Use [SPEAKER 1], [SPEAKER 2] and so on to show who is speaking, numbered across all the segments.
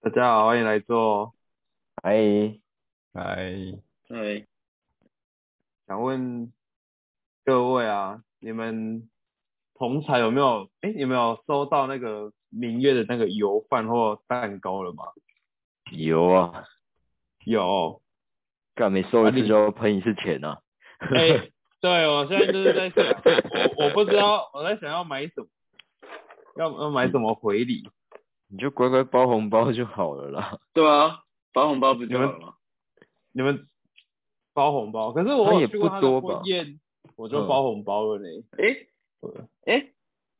[SPEAKER 1] 大家好，欢迎来做。
[SPEAKER 2] 哎，
[SPEAKER 3] 来，
[SPEAKER 4] 对，
[SPEAKER 1] 想问各位啊，你们同才有没有？哎，有没有收到那个明月的那个油饭或蛋糕了吗？
[SPEAKER 2] 有啊，
[SPEAKER 1] 有。
[SPEAKER 2] 干每收一
[SPEAKER 1] 啊
[SPEAKER 2] 次
[SPEAKER 1] 你
[SPEAKER 2] 就要喷一次钱 啊。
[SPEAKER 1] 哎、对，我现在就是在想，我我不知道我在想要买什么，要要买什么回礼。
[SPEAKER 2] 你就乖乖包红包就好了啦。
[SPEAKER 4] 对啊，包红包不就好了吗？
[SPEAKER 1] 你们包红包，可是我
[SPEAKER 2] 他
[SPEAKER 1] 有
[SPEAKER 2] 也
[SPEAKER 1] 去过
[SPEAKER 2] 不
[SPEAKER 1] 他
[SPEAKER 2] 多
[SPEAKER 1] 的
[SPEAKER 2] 吧
[SPEAKER 1] 婚宴，我就
[SPEAKER 2] 嗯
[SPEAKER 1] 包红包了呢。
[SPEAKER 4] 诶诶，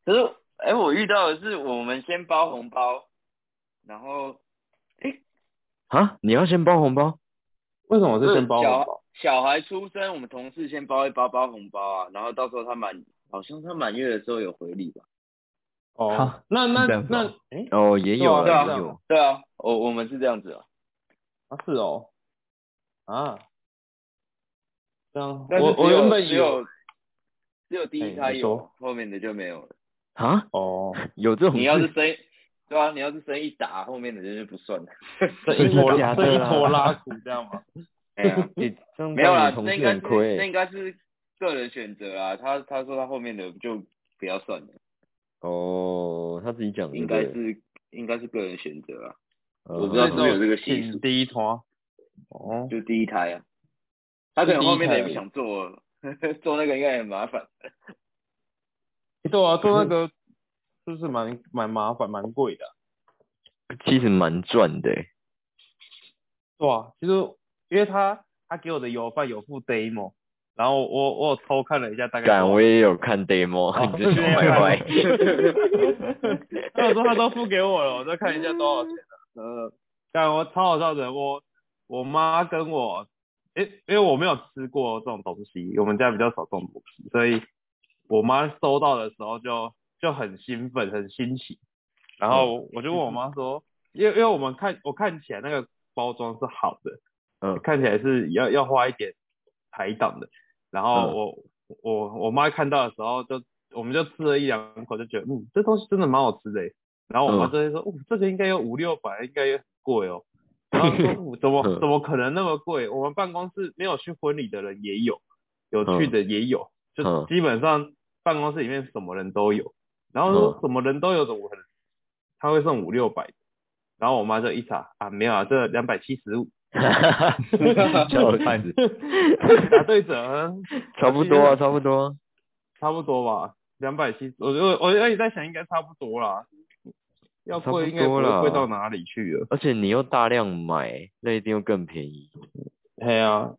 [SPEAKER 4] 可是诶，我遇到的是我们先包红包，然后
[SPEAKER 2] 啊，你要先包红包？
[SPEAKER 1] 为什么
[SPEAKER 4] 不
[SPEAKER 1] 是
[SPEAKER 4] 是
[SPEAKER 1] 先包红包？
[SPEAKER 4] 小小孩出生，我们同事先包一包包红包啊，然后到时候他满，好像他满月的时候有回礼吧？
[SPEAKER 1] 哦
[SPEAKER 3] 哈，
[SPEAKER 1] 那那
[SPEAKER 3] 是这样子
[SPEAKER 1] 那
[SPEAKER 3] 哦，
[SPEAKER 1] 哎、
[SPEAKER 2] 哦，也有
[SPEAKER 1] 对
[SPEAKER 4] 啊
[SPEAKER 2] 啊，
[SPEAKER 4] 对
[SPEAKER 2] 也
[SPEAKER 4] 啊
[SPEAKER 2] 有。
[SPEAKER 4] 对啊，我我们是这样子啊，
[SPEAKER 1] 啊是哦，啊，这样，
[SPEAKER 4] 但是
[SPEAKER 1] 我
[SPEAKER 4] 只
[SPEAKER 1] 我
[SPEAKER 4] 有
[SPEAKER 1] 原本
[SPEAKER 4] 只
[SPEAKER 1] 以为
[SPEAKER 4] 有只有第
[SPEAKER 1] 哎
[SPEAKER 4] 一胎
[SPEAKER 1] 你
[SPEAKER 4] 有
[SPEAKER 1] 说，
[SPEAKER 4] 后面的就没有了。
[SPEAKER 2] 啊，
[SPEAKER 1] 哦，
[SPEAKER 2] 有这种
[SPEAKER 4] 你要是
[SPEAKER 2] 事？
[SPEAKER 4] 生一，对啊，你要是生一打，后面的就是不 算了。
[SPEAKER 1] 这一拖
[SPEAKER 2] 真的假
[SPEAKER 1] 拉
[SPEAKER 2] 的
[SPEAKER 1] 这一
[SPEAKER 2] 啊
[SPEAKER 1] 拖拉苦这样吗？
[SPEAKER 4] 哎 呀。
[SPEAKER 2] 你这样
[SPEAKER 4] 没有
[SPEAKER 2] 让
[SPEAKER 4] 啦，
[SPEAKER 2] 你同
[SPEAKER 4] 那应
[SPEAKER 2] 事
[SPEAKER 4] 该
[SPEAKER 2] 很
[SPEAKER 4] 是
[SPEAKER 2] 亏
[SPEAKER 4] 那
[SPEAKER 2] 欸。
[SPEAKER 4] 应该是个人选择啦。他他说他后面的就不要算了，
[SPEAKER 2] 哦，他自己讲的。
[SPEAKER 4] 应该是应该是个人选择啊啦，
[SPEAKER 2] 嗯，
[SPEAKER 4] 我不知道是不是有这个习俗
[SPEAKER 1] 请第一拖，哦，
[SPEAKER 4] 就第一胎啊。他可能后面的也不
[SPEAKER 1] 第一胎
[SPEAKER 4] 想做了， 做那个应该也很麻烦。
[SPEAKER 1] 对啊， 做那个就是蛮蛮麻烦，蛮贵的啊、
[SPEAKER 2] 其实蛮赚的欸。
[SPEAKER 1] 对啊，其实因为他他给我的油饭有附 demo，然后我我有偷看了一下，大概
[SPEAKER 2] 干，
[SPEAKER 1] 多少
[SPEAKER 2] 我也有 看 demo，
[SPEAKER 1] 哦
[SPEAKER 2] 你这小坏坏。
[SPEAKER 1] 他有说他都付给我了，我再看一下多少钱了。呃，但我超好笑的，我我妈跟我，因因为我没有吃过这种东西，我们家比较少这种东西，所以我妈收到的时候就就很兴奋，很新奇。然后我就问我妈说，因为因为我们看我看起来那个包装是好的，呃
[SPEAKER 2] 嗯
[SPEAKER 1] 看起来是要要花一点排档的。然后
[SPEAKER 2] 嗯
[SPEAKER 1] 我、我我妈看到的时候就，我们就吃了一两口，就觉得嗯，这东西真的蛮好吃的耶。欸然后我妈
[SPEAKER 2] 嗯
[SPEAKER 1] 就会说，哦，这个应该有五六百，应该也很贵哦。然后 说哦怎么
[SPEAKER 2] 嗯
[SPEAKER 1] 怎么可能那么贵？我们办公室没有去婚礼的人也有，有去的也有，就
[SPEAKER 2] 嗯
[SPEAKER 1] 基本上办公室里面什么人都有。然后说
[SPEAKER 2] 嗯
[SPEAKER 1] 什么人都有，怎么可能他会送五六百？然后我妈就一查啊，没有啊，这两百七十五，
[SPEAKER 2] 笑
[SPEAKER 3] 看
[SPEAKER 2] 死，
[SPEAKER 1] 答对折
[SPEAKER 2] 差不多啊，差不多啊。
[SPEAKER 1] 差不多吧，两百七十，我我我而且在想应该差不多啦，要
[SPEAKER 2] 差不
[SPEAKER 1] 贵应该不会
[SPEAKER 2] 多啦
[SPEAKER 1] 贵到哪里去了。
[SPEAKER 2] 而且你又大量买，那一定又更便宜。
[SPEAKER 1] 嘿啊，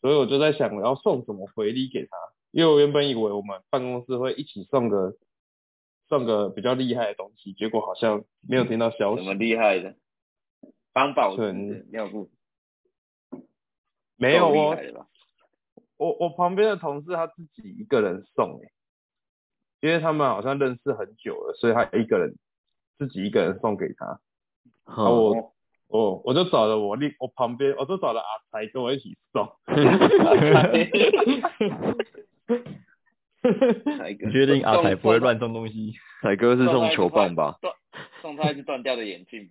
[SPEAKER 1] 所以我就在想我要送什么回礼给他，因为我原本以为我们办公室会一起送个送个比较厉害的东西，结果好像没有听到消
[SPEAKER 4] 什么
[SPEAKER 1] 息，
[SPEAKER 4] 厉害的？帮宝子
[SPEAKER 1] 对
[SPEAKER 4] 尿布
[SPEAKER 1] 没有
[SPEAKER 4] 够厉
[SPEAKER 1] 哦
[SPEAKER 4] 害，的吧？
[SPEAKER 1] 我我旁边的同事他自己一个人送、欸，因为他们好像认识很久了，所以他一个人自己一个人送给他。
[SPEAKER 2] 哼
[SPEAKER 1] 啊 我我我就找了我另我旁边，我就找了阿才跟我一起送。
[SPEAKER 4] 哪一个
[SPEAKER 3] 你确定阿
[SPEAKER 4] 送
[SPEAKER 3] 才不会
[SPEAKER 4] 送
[SPEAKER 3] 乱送东西？
[SPEAKER 2] 彩哥是送球棒吧？
[SPEAKER 4] 送送他一只断掉的眼镜，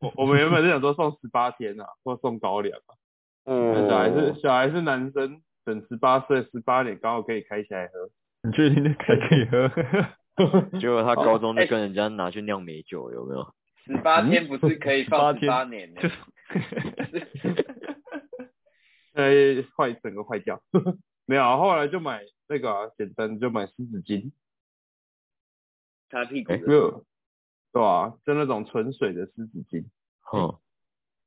[SPEAKER 1] 我我们原本是想说送十八天啊，或送高粱啊。
[SPEAKER 2] 哦
[SPEAKER 1] 小孩是小孩是男生，等十八岁十八年刚好可以开起来喝。
[SPEAKER 3] 你确定还可以喝？
[SPEAKER 2] 结果他高
[SPEAKER 4] 哦哎
[SPEAKER 2] 中就跟人家拿去酿美酒，有没有？
[SPEAKER 4] 十八天不是可以放十八
[SPEAKER 3] 18
[SPEAKER 4] 年呢
[SPEAKER 3] 就是
[SPEAKER 1] 呃，坏整个坏掉。 没有啊，后来就买那个啊、简单就买湿纸巾，
[SPEAKER 4] 擦屁股的
[SPEAKER 1] 没有，对啊，就那种纯水的湿纸巾。
[SPEAKER 2] 哼，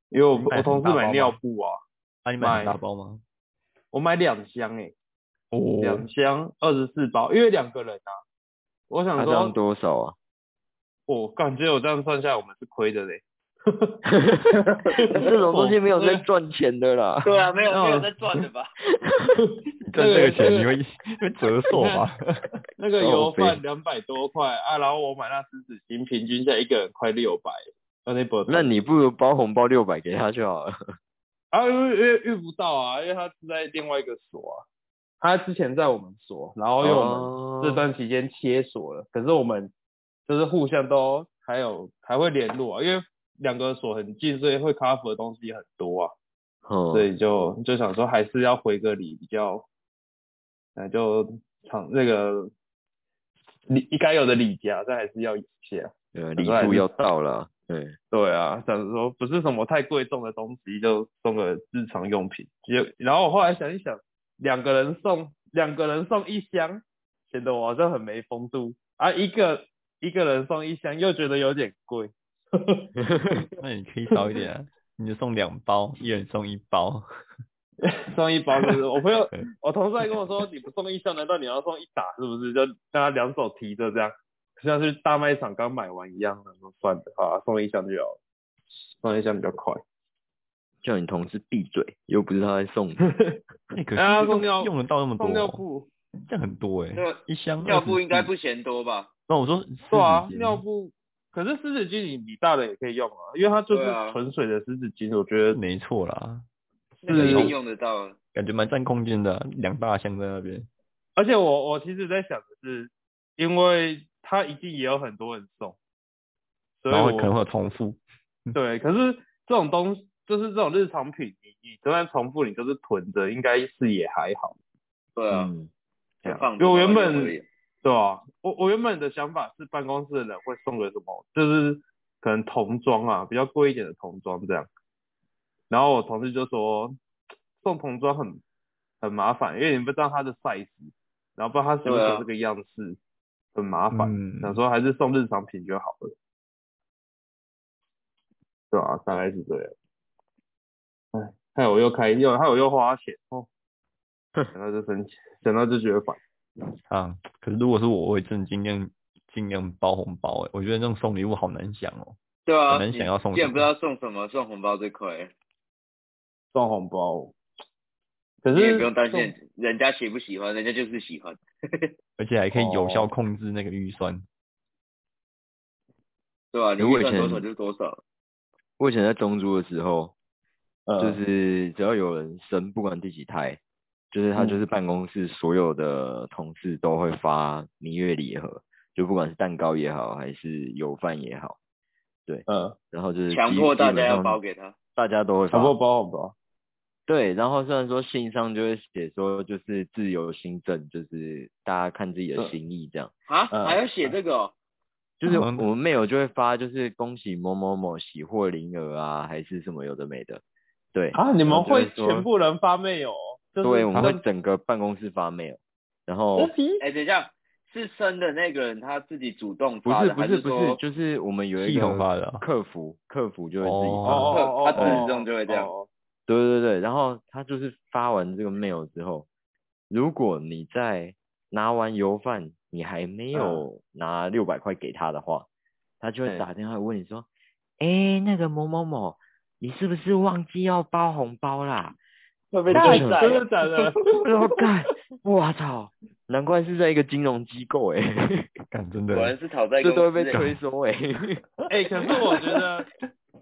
[SPEAKER 1] 因为我
[SPEAKER 3] 你买
[SPEAKER 1] 我同事
[SPEAKER 3] 很大包
[SPEAKER 1] 买
[SPEAKER 3] 吗
[SPEAKER 1] 尿布啊，
[SPEAKER 3] 啊，你买
[SPEAKER 1] 买
[SPEAKER 3] 很大包吗？
[SPEAKER 1] 我买两箱诶、
[SPEAKER 3] 哦，
[SPEAKER 2] 嗯
[SPEAKER 1] 两箱二十四包，因为两个人啊。我想
[SPEAKER 2] 他这样
[SPEAKER 1] 说，
[SPEAKER 2] 多少 啊？
[SPEAKER 1] 我感觉我这样算下来，我们是亏的嘞。
[SPEAKER 2] 这种东西没有
[SPEAKER 1] 哦
[SPEAKER 2] 在赚钱的啦。
[SPEAKER 4] 对啊，没有
[SPEAKER 1] 那我
[SPEAKER 4] 没有在赚的吧？
[SPEAKER 3] 你 赚这个钱你会会 折寿吧？
[SPEAKER 1] 那个
[SPEAKER 2] 靠
[SPEAKER 1] 油
[SPEAKER 2] 背
[SPEAKER 1] 饭两百多块啊，然后我买那湿纸巾，平均下一个人快六百。那那不
[SPEAKER 2] 那你不如包红包六百给他就好了。
[SPEAKER 1] 啊，因为因为遇不到啊，因为他是在另外一个所啊，他之前在我们所，然后因为我们这
[SPEAKER 2] 哦，
[SPEAKER 1] 段期间切锁了，可是我们就是互相都还有还会联络啊，因为两个所很近，所以会 cover 的东西很多啊，
[SPEAKER 2] 哦
[SPEAKER 3] 嗯，
[SPEAKER 1] 所以就就想说还是要回个礼比较，那就场那个礼应该有的礼节啊，这还是要有一些啊、
[SPEAKER 3] 呃，礼数要到了，对，
[SPEAKER 1] 对啊，想说不是什么太贵重的东西，就送个日常用品。结然后我后来想一想，两个人送两个人送一箱，显得我好像很没风度啊。一个一个人送一箱，又觉得有点贵。
[SPEAKER 3] 那你可以少一点、啊，你就送两包，一人送一包。
[SPEAKER 1] 送一包是不是？我朋友我同事还跟我说，你不送一箱，难道你要送一打？是不是？就大家两手提着这样，像是大卖场刚买完一样。然后算了，啊，送一箱就好了，送一箱比较快。
[SPEAKER 3] 叫你同事闭嘴，又不是他在送你。哎，可
[SPEAKER 1] 啊
[SPEAKER 3] 是
[SPEAKER 1] 送尿
[SPEAKER 3] 用得到那么多
[SPEAKER 1] 送尿
[SPEAKER 3] 哦，
[SPEAKER 1] 布，啊
[SPEAKER 3] 这样很多哎
[SPEAKER 4] 那，
[SPEAKER 3] 一箱
[SPEAKER 4] 尿布应该
[SPEAKER 3] 20
[SPEAKER 4] 不嫌多吧？
[SPEAKER 3] 那我说
[SPEAKER 1] 对啊，
[SPEAKER 3] 40
[SPEAKER 1] 尿布。可是湿纸巾你你大的也可以用啊，因为它就是
[SPEAKER 4] 对啊
[SPEAKER 1] 纯水的湿纸巾，我觉得
[SPEAKER 3] 没错啦，
[SPEAKER 4] 那个一定
[SPEAKER 1] 是
[SPEAKER 4] 用得到的。
[SPEAKER 3] 感觉蛮占空间的啊、两大箱在那边。
[SPEAKER 1] 而且我我其实在想的是，因为它一定也有很多人送，所以
[SPEAKER 3] 然后
[SPEAKER 1] 我
[SPEAKER 3] 可能会有重复，
[SPEAKER 1] 对，可是这种东西就是这种日常品，你你就算重复，你就是囤着，应该是也还好，
[SPEAKER 4] 对啊，
[SPEAKER 3] 嗯，
[SPEAKER 4] 就
[SPEAKER 1] 对啊
[SPEAKER 4] 放着
[SPEAKER 1] 因为我原
[SPEAKER 4] 然后
[SPEAKER 1] 本
[SPEAKER 4] 就可以
[SPEAKER 1] 对啊，我我原本的想法是办公室的人会送个什么，就是可能童装啊，比较贵一点的童装这样。然后我同事就说，送童装很很麻烦，因为你不知道它的 size，然后不知道它是不是
[SPEAKER 4] 对啊
[SPEAKER 1] 这个样式，很麻烦。
[SPEAKER 3] 嗯
[SPEAKER 1] 想说还是送日常品就好了。对啊，大概是这样。哎，害我又开又害我又花钱哦，想到就生气，想到就觉得烦。
[SPEAKER 3] 啊，可是如果是我，我也真的尽量尽量包红包哎、我觉得那种送礼物好难想哦。
[SPEAKER 4] 对啊，
[SPEAKER 3] 本来想要送
[SPEAKER 4] 你既然
[SPEAKER 3] 什么
[SPEAKER 4] 不知道送什么，送红包最快，
[SPEAKER 1] 送红包，哦可
[SPEAKER 4] 你也
[SPEAKER 1] 是
[SPEAKER 4] 不用担
[SPEAKER 1] 送。
[SPEAKER 4] 心人家喜不喜欢，人家就是喜欢。
[SPEAKER 3] 而且还可以有效
[SPEAKER 1] 哦
[SPEAKER 3] 控制那个预算，
[SPEAKER 4] 对吧、啊？你
[SPEAKER 2] 如果
[SPEAKER 4] 预算
[SPEAKER 2] 以前
[SPEAKER 4] 多少就是多少。
[SPEAKER 2] 我以前在中租的时候，
[SPEAKER 1] 呃
[SPEAKER 2] 就是只要有人生，不管第几胎，就是
[SPEAKER 1] 嗯
[SPEAKER 2] 他就是办公室所有的同事都会发蜜月礼盒，就不管是蛋糕也好，还是油饭也好，
[SPEAKER 1] 嗯，
[SPEAKER 2] 然后就是
[SPEAKER 4] 强
[SPEAKER 2] 基
[SPEAKER 4] 迫大
[SPEAKER 2] 基
[SPEAKER 4] 家
[SPEAKER 2] 本
[SPEAKER 4] 要
[SPEAKER 2] 上
[SPEAKER 4] 包给他，
[SPEAKER 2] 大家都会
[SPEAKER 1] 强
[SPEAKER 2] 发。
[SPEAKER 1] 迫啊包红包，
[SPEAKER 2] 对，然后虽然说信上就会写说就是自由新政，就是大家看自己的
[SPEAKER 1] 嗯
[SPEAKER 2] 心意这样。
[SPEAKER 4] 啊，
[SPEAKER 1] 嗯
[SPEAKER 4] 还要
[SPEAKER 2] 呃
[SPEAKER 4] 写这个、哦，
[SPEAKER 2] 就是我
[SPEAKER 3] 嗯
[SPEAKER 2] 们 mail 就会发，就是恭喜某某某喜获麟儿啊，还是什么有的没的。对
[SPEAKER 1] 啊！你们会
[SPEAKER 2] 然后就说
[SPEAKER 1] 全部人发妹哦？就是
[SPEAKER 2] 对，我们会哦
[SPEAKER 1] 真
[SPEAKER 2] 整个办公室发 mail，然后
[SPEAKER 1] 我皮
[SPEAKER 4] 哎、等一下，是生的那个人他自己主动
[SPEAKER 2] 不
[SPEAKER 4] 发
[SPEAKER 2] 是
[SPEAKER 4] 的，
[SPEAKER 2] 不
[SPEAKER 4] 还
[SPEAKER 2] 是不
[SPEAKER 4] 说
[SPEAKER 2] 是，就是我们有一
[SPEAKER 3] 系统
[SPEAKER 2] 个
[SPEAKER 3] 发的啊、
[SPEAKER 2] 客服，客服就会自己
[SPEAKER 1] 哦
[SPEAKER 2] 发。
[SPEAKER 1] 哦哦，
[SPEAKER 4] 他自动就会这样
[SPEAKER 1] 哦
[SPEAKER 2] 对对对，然后他就是发完这个 mail 之后，如果你在拿完油饭，你还没
[SPEAKER 4] 嗯
[SPEAKER 2] 有拿六百块给他的话，他就会
[SPEAKER 1] 嘿
[SPEAKER 2] 打电话问你说：“哎、那个某某某，你是不是忘记要包红包啦
[SPEAKER 4] 会被啊
[SPEAKER 2] 那
[SPEAKER 1] 太
[SPEAKER 4] 追
[SPEAKER 2] 宰
[SPEAKER 1] 哎真
[SPEAKER 2] 了
[SPEAKER 4] 债
[SPEAKER 1] 的假的？？”
[SPEAKER 2] 然后干，我操，难怪是在一个金融机构哎、
[SPEAKER 3] 干真
[SPEAKER 4] 果
[SPEAKER 3] 的
[SPEAKER 4] 然是讨 债
[SPEAKER 2] 这
[SPEAKER 4] 公
[SPEAKER 2] 都会
[SPEAKER 4] 司、
[SPEAKER 2] 被
[SPEAKER 4] 欸。
[SPEAKER 2] 催收哎、
[SPEAKER 1] 哎，可是我觉 得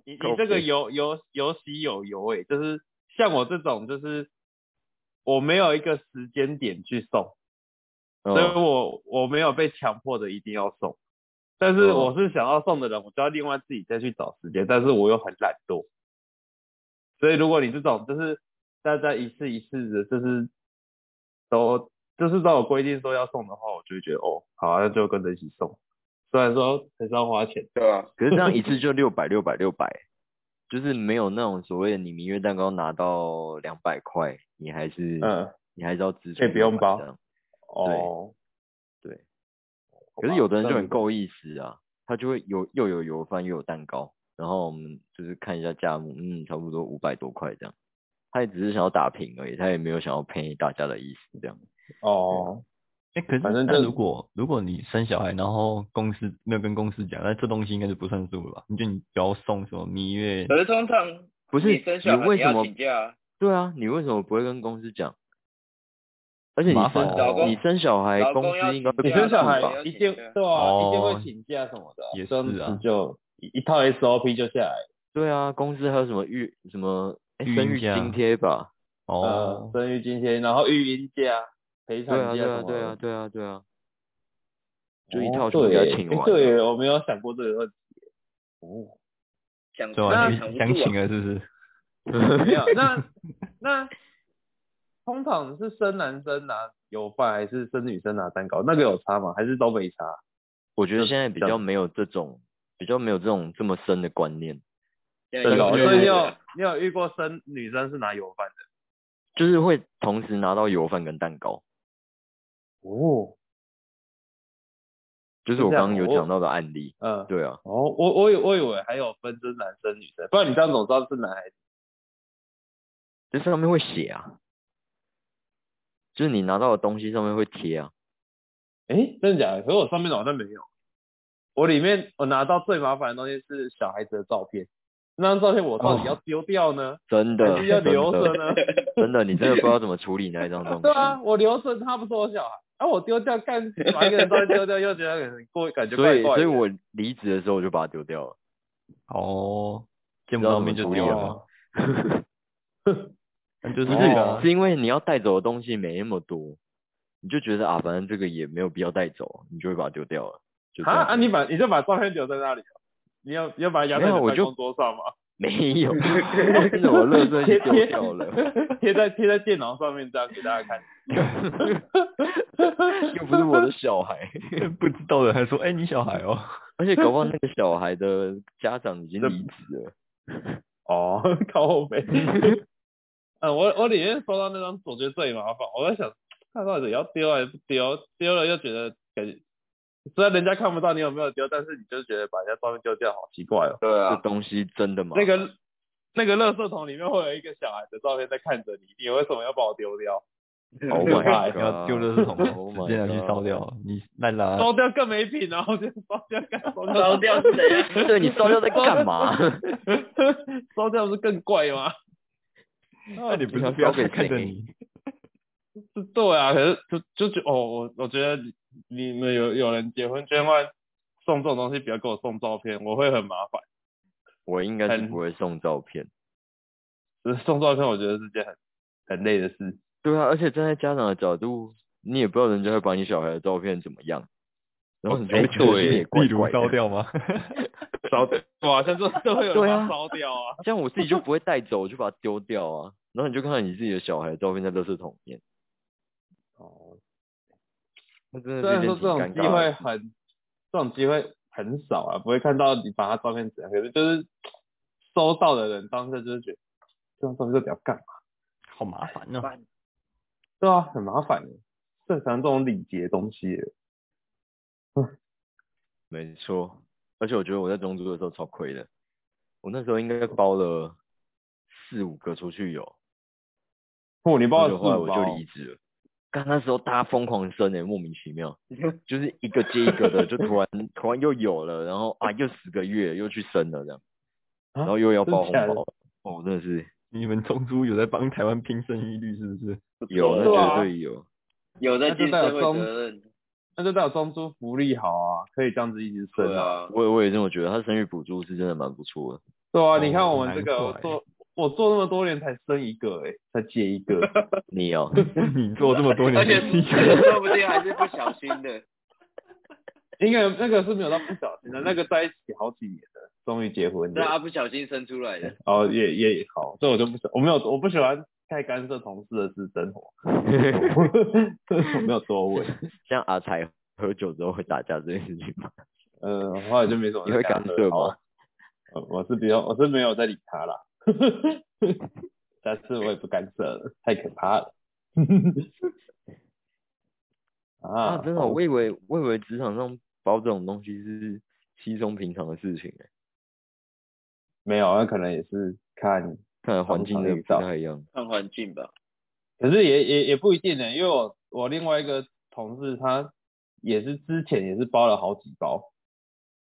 [SPEAKER 1] 你
[SPEAKER 2] 狗
[SPEAKER 1] 你这个
[SPEAKER 2] 屁
[SPEAKER 1] 有有有喜有忧哎，就是像我这种就是我没有一个时间点去送，所以
[SPEAKER 2] 哦
[SPEAKER 1] 我我没有被强迫的一定要送，但是
[SPEAKER 2] 嗯
[SPEAKER 1] 我是想要送的人，我就要另外自己再去找时间，但是我又很懒惰，所以如果你这种就是大家一次一次的，就是都就是都有规定说要送的话，我就会觉得哦，好、啊，那就跟着一起送，虽然说还是要花钱，
[SPEAKER 4] 对啊，
[SPEAKER 2] 可是这样一次就六百六百六百，就是没有那种所谓的你明月蛋糕拿到两百块，你还是、
[SPEAKER 1] 嗯，
[SPEAKER 2] 你还是要支出
[SPEAKER 1] 可以不用
[SPEAKER 2] 600
[SPEAKER 1] 包
[SPEAKER 2] 这样。
[SPEAKER 1] 哦，
[SPEAKER 2] 对，
[SPEAKER 1] 好吧
[SPEAKER 2] 可是有的人就
[SPEAKER 1] 那
[SPEAKER 2] 很够意思啊，他就会有又有油饭又有蛋糕，然后我们就是看一下价目，嗯，差不多五百多块这样。他也只是想要打平而已，他也没有想要便宜大家的意思这样。
[SPEAKER 1] 哦，
[SPEAKER 3] 哎、可是
[SPEAKER 1] 反正
[SPEAKER 3] 那
[SPEAKER 1] 就
[SPEAKER 3] 如果如果你生小孩，然后公司没有跟公司讲，那这东西应该就不算数了吧？你就你不要送什么蜜月，
[SPEAKER 4] 可是通常
[SPEAKER 2] 不是
[SPEAKER 4] 你生小
[SPEAKER 2] 你
[SPEAKER 4] 孩
[SPEAKER 2] 为
[SPEAKER 4] 你
[SPEAKER 2] 什
[SPEAKER 4] 要
[SPEAKER 2] 么
[SPEAKER 4] 请假、啊，
[SPEAKER 2] 对啊，你为什么不会跟公司讲？而且你
[SPEAKER 3] 麻烦
[SPEAKER 2] 生
[SPEAKER 1] 老公
[SPEAKER 2] 你生小孩
[SPEAKER 4] 老，公
[SPEAKER 2] 公
[SPEAKER 4] 要
[SPEAKER 2] 司应该
[SPEAKER 4] 请
[SPEAKER 1] 你
[SPEAKER 2] 会帮
[SPEAKER 4] 假
[SPEAKER 1] 生小
[SPEAKER 2] 助
[SPEAKER 1] 孩
[SPEAKER 2] 吧
[SPEAKER 4] 要
[SPEAKER 1] 一
[SPEAKER 4] 请
[SPEAKER 1] 定
[SPEAKER 4] 假
[SPEAKER 1] 对啊，一定
[SPEAKER 3] 哦
[SPEAKER 1] 会请假什么的啊，
[SPEAKER 3] 也是
[SPEAKER 1] 这样子
[SPEAKER 3] 啊
[SPEAKER 1] 就一一套 SOP 就下来了。
[SPEAKER 2] 对啊，公司还有什么育什么、诶
[SPEAKER 3] 育
[SPEAKER 2] 生
[SPEAKER 3] 婴
[SPEAKER 2] 育
[SPEAKER 3] 假
[SPEAKER 2] 津贴吧？
[SPEAKER 1] 呃
[SPEAKER 3] 哦，，
[SPEAKER 1] 生育津贴，然后育婴假、陪产
[SPEAKER 2] 对啊，
[SPEAKER 1] 假
[SPEAKER 2] 对啊，
[SPEAKER 1] 什么
[SPEAKER 2] 对啊，
[SPEAKER 1] 的，
[SPEAKER 2] 对啊，对啊，就一
[SPEAKER 1] 哦
[SPEAKER 2] 套全部
[SPEAKER 1] 对
[SPEAKER 2] 给
[SPEAKER 1] 耶
[SPEAKER 2] 他请
[SPEAKER 1] 诶
[SPEAKER 2] 完。啊
[SPEAKER 1] 对耶，我没有想过这个问题。哦，
[SPEAKER 4] 想
[SPEAKER 3] 对
[SPEAKER 4] 那
[SPEAKER 3] 吧？
[SPEAKER 4] 想不
[SPEAKER 3] 你
[SPEAKER 4] 住
[SPEAKER 3] 想请
[SPEAKER 4] 啊，
[SPEAKER 3] 了是不是？
[SPEAKER 1] 没有， 那那通常是生男生拿油饭，还是生女生拿蛋糕？那个有差吗？还是都没差？
[SPEAKER 2] 我觉得
[SPEAKER 1] 就
[SPEAKER 2] 现在比
[SPEAKER 1] 这
[SPEAKER 2] 较
[SPEAKER 1] 样
[SPEAKER 2] 没有这种，比较没有这种这么深的观念，
[SPEAKER 4] 对
[SPEAKER 1] 真的哦，
[SPEAKER 2] 对啊
[SPEAKER 1] 所以你
[SPEAKER 2] 对
[SPEAKER 1] 有你有遇过生女生是拿油饭的？
[SPEAKER 2] 就是会同时拿到油饭跟蛋糕，
[SPEAKER 1] 哦，
[SPEAKER 2] 就是
[SPEAKER 1] 是
[SPEAKER 2] 我
[SPEAKER 1] 这样
[SPEAKER 2] 刚刚有
[SPEAKER 1] 哦
[SPEAKER 2] 讲到的案例。
[SPEAKER 1] 嗯，
[SPEAKER 2] 对啊，
[SPEAKER 1] 哦，我我以我以为还有分真男生女生，不然你这样怎么知道是男孩子？
[SPEAKER 2] 这上面会写啊，就是你拿到的东西上面会贴啊。
[SPEAKER 1] 诶，真的假的？可是我上面好像没有。我里面我拿到最麻烦的东西是小孩子的照片，那张照片我到底要丢掉呢，
[SPEAKER 2] 真的，
[SPEAKER 1] 哎还是要
[SPEAKER 2] 哦真
[SPEAKER 1] 留着
[SPEAKER 2] 的，
[SPEAKER 1] 呢？
[SPEAKER 2] 真的，你真的不知道怎么处理那一张东西
[SPEAKER 1] 对。啊，我留着他不是我小孩，啊我丢掉干，把一个人照片丢掉又觉得很过，感觉
[SPEAKER 2] 所
[SPEAKER 1] 怪
[SPEAKER 2] 以，
[SPEAKER 1] 怪的。
[SPEAKER 2] 所以我离职的时候我就把它丢掉了。
[SPEAKER 3] 哦，见
[SPEAKER 2] 知
[SPEAKER 3] 不
[SPEAKER 2] 道怎么
[SPEAKER 3] 到面就
[SPEAKER 2] 处理
[SPEAKER 3] 丢
[SPEAKER 2] 了
[SPEAKER 3] 了
[SPEAKER 1] 哦
[SPEAKER 3] 嘛， 那就是
[SPEAKER 2] 不
[SPEAKER 1] 哦
[SPEAKER 2] 是、
[SPEAKER 3] 啊
[SPEAKER 2] 是因为你要带走的东西没那么多，你就觉得啊，反正这个也没有必要带走，你就会把它丢掉了。就这
[SPEAKER 1] 啊
[SPEAKER 2] 样
[SPEAKER 1] 啊！你把你就把照片留在那里哦，你要你要把它压在
[SPEAKER 2] 没有
[SPEAKER 1] 你的
[SPEAKER 2] 我
[SPEAKER 1] 办
[SPEAKER 2] 就
[SPEAKER 1] 公桌上吗？
[SPEAKER 2] 没有，真的我乐色
[SPEAKER 1] 贴
[SPEAKER 2] 就丢
[SPEAKER 1] 贴
[SPEAKER 2] 掉 了，
[SPEAKER 1] 贴在贴在电脑上面这样给大家看。
[SPEAKER 2] 又不是我的小孩，
[SPEAKER 3] 不知道的还说，哎、你小孩哦，
[SPEAKER 2] 而且搞不好那个小孩的家长已经离职了。
[SPEAKER 1] 哦，靠背。嗯，我我里面收到那张，我觉得最麻烦。我在想，看到底要丢还是不丢？丢了又觉得感觉，虽然人家看不到你有没有丢，但是你就觉得把人家照片丢掉好奇怪哦。
[SPEAKER 4] 对
[SPEAKER 2] 这
[SPEAKER 4] 啊，
[SPEAKER 2] 东西真的吗？
[SPEAKER 1] 那个那个垃圾桶里面会有一个小孩的照片在看着你，你为什么要把我丢掉？
[SPEAKER 2] Oh
[SPEAKER 1] 可怕欸
[SPEAKER 2] my god！
[SPEAKER 3] 要丢垃圾
[SPEAKER 2] Oh
[SPEAKER 3] 桶
[SPEAKER 2] my
[SPEAKER 3] 嘛，直接拿去烧掉
[SPEAKER 2] god。
[SPEAKER 3] 你烂啦、
[SPEAKER 1] 烧掉更没品啊！我觉得烧掉干烧掉
[SPEAKER 4] 烧掉是怎 样？
[SPEAKER 2] 对你烧掉在干嘛？
[SPEAKER 1] 烧掉不是更怪吗？
[SPEAKER 3] 那你不是
[SPEAKER 2] 要
[SPEAKER 3] 不要
[SPEAKER 2] 烧给
[SPEAKER 3] 看着
[SPEAKER 2] 谁
[SPEAKER 3] 你？
[SPEAKER 1] 是对啊，可是就就就哦，我我觉得你你们有有人结婚捐外送这种东西，不要给我送照片，我会很麻烦。
[SPEAKER 2] 我应该是
[SPEAKER 1] 很
[SPEAKER 2] 不会送照片。
[SPEAKER 1] 就是送照片，我觉得是件很很累的事。
[SPEAKER 2] 对啊，而且站在家长的角度，你也不知道人家会把你小孩的照片怎么样，然后
[SPEAKER 3] 哦
[SPEAKER 2] 你就
[SPEAKER 3] 哎
[SPEAKER 2] 会觉得心里也怪
[SPEAKER 3] 例如
[SPEAKER 2] 怪
[SPEAKER 3] 烧
[SPEAKER 2] 的。
[SPEAKER 3] 掉吗？
[SPEAKER 1] 烧掉，哇，像这这会有
[SPEAKER 2] 对
[SPEAKER 1] 人把它
[SPEAKER 2] 啊
[SPEAKER 1] 烧掉啊。
[SPEAKER 2] 这样我自己就不会带走，我就把它丢掉啊。然后你就看到你自己的小孩的照片在垃圾桶里面，
[SPEAKER 1] 哦，
[SPEAKER 2] 那真
[SPEAKER 1] 虽
[SPEAKER 2] 的
[SPEAKER 1] 然
[SPEAKER 2] 是一
[SPEAKER 1] 说这种
[SPEAKER 2] 件挺尴
[SPEAKER 1] 机
[SPEAKER 2] 尬
[SPEAKER 1] 会
[SPEAKER 2] 的事。
[SPEAKER 1] 很，这种机会很少啊，不会看到你把他照片怎样，可是就是收到的人当时就是觉得这张照片就比较干嘛，
[SPEAKER 3] 好麻烦哦、
[SPEAKER 1] 对啊，很麻烦的，正常这种礼节东西欸耶。
[SPEAKER 2] 没错，而且我觉得我在中租的时候超亏的，我那时候应该包了四五个出去游，
[SPEAKER 1] 哦，你帮
[SPEAKER 2] 然
[SPEAKER 1] 我
[SPEAKER 2] 后
[SPEAKER 1] 四
[SPEAKER 2] 后来
[SPEAKER 1] 五
[SPEAKER 2] 我
[SPEAKER 1] 包
[SPEAKER 2] 就离职了。刚那时候大家疯狂升诶、莫名其妙，就是一个接一个的，就突然突然又有了，然后啊又十个月又去升了这样。
[SPEAKER 1] 啊
[SPEAKER 2] 然后又要
[SPEAKER 1] 真的
[SPEAKER 2] 包红
[SPEAKER 1] 假的
[SPEAKER 2] 包，哦，真的是
[SPEAKER 3] 你们中珠有在帮台湾拼生育率是不是？
[SPEAKER 2] 有，
[SPEAKER 4] 对
[SPEAKER 2] 那绝
[SPEAKER 1] 啊
[SPEAKER 2] 对有。
[SPEAKER 4] 有在
[SPEAKER 1] 那就
[SPEAKER 4] 尽
[SPEAKER 1] 代
[SPEAKER 4] 社
[SPEAKER 1] 表
[SPEAKER 4] 会
[SPEAKER 1] 中
[SPEAKER 4] 责任，
[SPEAKER 1] 那就代表中租福利好啊，可以这样子一直升
[SPEAKER 4] 对。啊，
[SPEAKER 2] 我也我也这么觉得，他生育补助是真的蛮不错的。
[SPEAKER 1] 对啊，
[SPEAKER 3] 哦
[SPEAKER 1] 你看我们这个
[SPEAKER 3] 难
[SPEAKER 1] 我
[SPEAKER 3] 怪
[SPEAKER 1] 做我做那么多年才生一个，哎，才结一 个，
[SPEAKER 2] 你哦，
[SPEAKER 3] 啊 你做这么多
[SPEAKER 4] 而
[SPEAKER 3] 年
[SPEAKER 4] 且
[SPEAKER 3] 的 事情，
[SPEAKER 4] 说不定还是不小心的，
[SPEAKER 1] 应该那个是没有到不小心的，那个在一起好几年了，终于结婚
[SPEAKER 4] 对
[SPEAKER 1] 了。
[SPEAKER 4] 啊，不小心生出来的，
[SPEAKER 1] 哦，也也好，这我就不喜，我没有，我不喜欢太干涉同事的私生 活，我没有多问。
[SPEAKER 2] 像阿才喝酒之后会打架这件事情吗？
[SPEAKER 1] 嗯、后来就没什么
[SPEAKER 2] 你
[SPEAKER 1] 再
[SPEAKER 2] 会干涉
[SPEAKER 1] 好
[SPEAKER 2] 吗？
[SPEAKER 1] 呃我是比较，我是没有在理他啦。 但是我也不干涉了，太可怕了。啊
[SPEAKER 2] 啊，真
[SPEAKER 1] 哦
[SPEAKER 2] 的，我以为我以为职场上包这种东西是稀松平常的事情欸，
[SPEAKER 1] 没有，那可能也是看，
[SPEAKER 2] 看来环
[SPEAKER 1] 常
[SPEAKER 2] 境
[SPEAKER 1] 常
[SPEAKER 2] 真
[SPEAKER 1] 遇
[SPEAKER 2] 的不
[SPEAKER 1] 到
[SPEAKER 2] 太一样。
[SPEAKER 4] 看环境吧。
[SPEAKER 1] 可是也也也不一定呢，因为我我另外一个同事他也是之前也是包了好几包，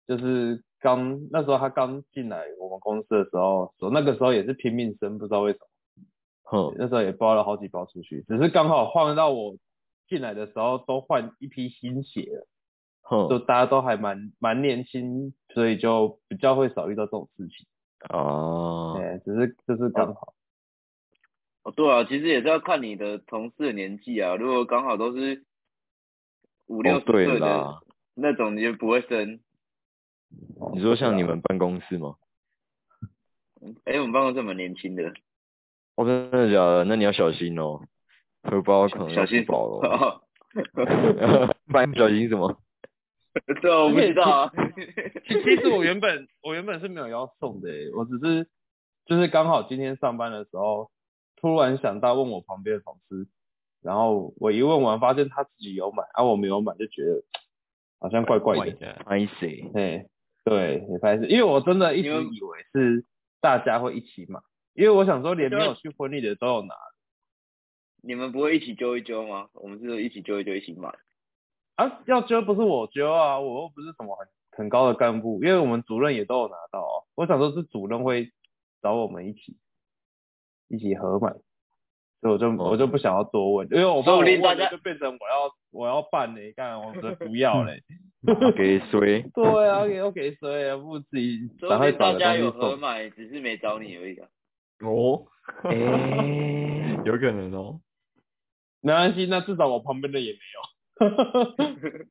[SPEAKER 1] 就是刚那时候他刚进来我们公司的时候，说那个时候也是拼命生，不知道为什么，
[SPEAKER 2] 哼，
[SPEAKER 1] 那时候也包了好几包出去，只是刚好换到我进来的时候都换一批新血了。就
[SPEAKER 2] 哼，
[SPEAKER 1] 大家都还蛮蛮年轻，所以就比较会少遇到这种事情。
[SPEAKER 2] 啊，
[SPEAKER 1] 对，只是就是刚好。
[SPEAKER 4] 哦，对啊，其实也是要看你的同事的年纪啊。如果刚好都是五六
[SPEAKER 2] 哦
[SPEAKER 4] 十
[SPEAKER 2] 对
[SPEAKER 4] 岁的
[SPEAKER 2] 啦，
[SPEAKER 4] 那种，你就不会生。
[SPEAKER 2] 你说像你们办公室吗？
[SPEAKER 4] 哎、我们办公室蛮年轻的，
[SPEAKER 2] 哦，真的假的？那你要小心哦，荷包可能
[SPEAKER 4] 小心
[SPEAKER 2] 保了。
[SPEAKER 4] 哦
[SPEAKER 2] 不然小心什么？
[SPEAKER 4] 对啊，我不知道啊。
[SPEAKER 1] 其其实我原本我原本是没有要送的、欸，我只是就是刚好今天上班的时候，突然想到问我旁边的同事，然后我一问完发现他自己有买，啊我没有买就觉得好像怪怪
[SPEAKER 3] 怪
[SPEAKER 1] 的，
[SPEAKER 3] 的。
[SPEAKER 2] 拍谁？
[SPEAKER 1] 对对，也开始，因为我真的一直
[SPEAKER 4] 因为
[SPEAKER 1] 以为是大家会一起买，因为我想说连没有去婚礼的都有拿
[SPEAKER 4] 你们不会一起揪一揪吗？我们是一起揪一揪，一起买。
[SPEAKER 1] 啊，要揪不是我揪啊，我又不是什么很很高的干部，因为我们主任也都有拿到啊。我想说是主任会找我们一起一起合买，所以我就、我就不想要多问，因为我怕
[SPEAKER 4] 哦说
[SPEAKER 1] 我
[SPEAKER 4] 不定
[SPEAKER 1] 问
[SPEAKER 4] 大家
[SPEAKER 1] 了就变成我要我要办嘞、干我说不要 嘞、
[SPEAKER 2] 给 谁？
[SPEAKER 1] 对啊，给又给谁啊？不如自己
[SPEAKER 4] 说
[SPEAKER 1] 赶
[SPEAKER 4] 不
[SPEAKER 1] 快
[SPEAKER 4] 定
[SPEAKER 1] 找
[SPEAKER 4] 大
[SPEAKER 1] 个
[SPEAKER 4] 家
[SPEAKER 1] 东
[SPEAKER 4] 有
[SPEAKER 1] 西
[SPEAKER 4] 合
[SPEAKER 1] 送。
[SPEAKER 4] 买，只是没找你而已啊。
[SPEAKER 3] 哦，
[SPEAKER 2] 哎，
[SPEAKER 3] 有可能哦。
[SPEAKER 1] 没关系，那至少我旁边的也没有。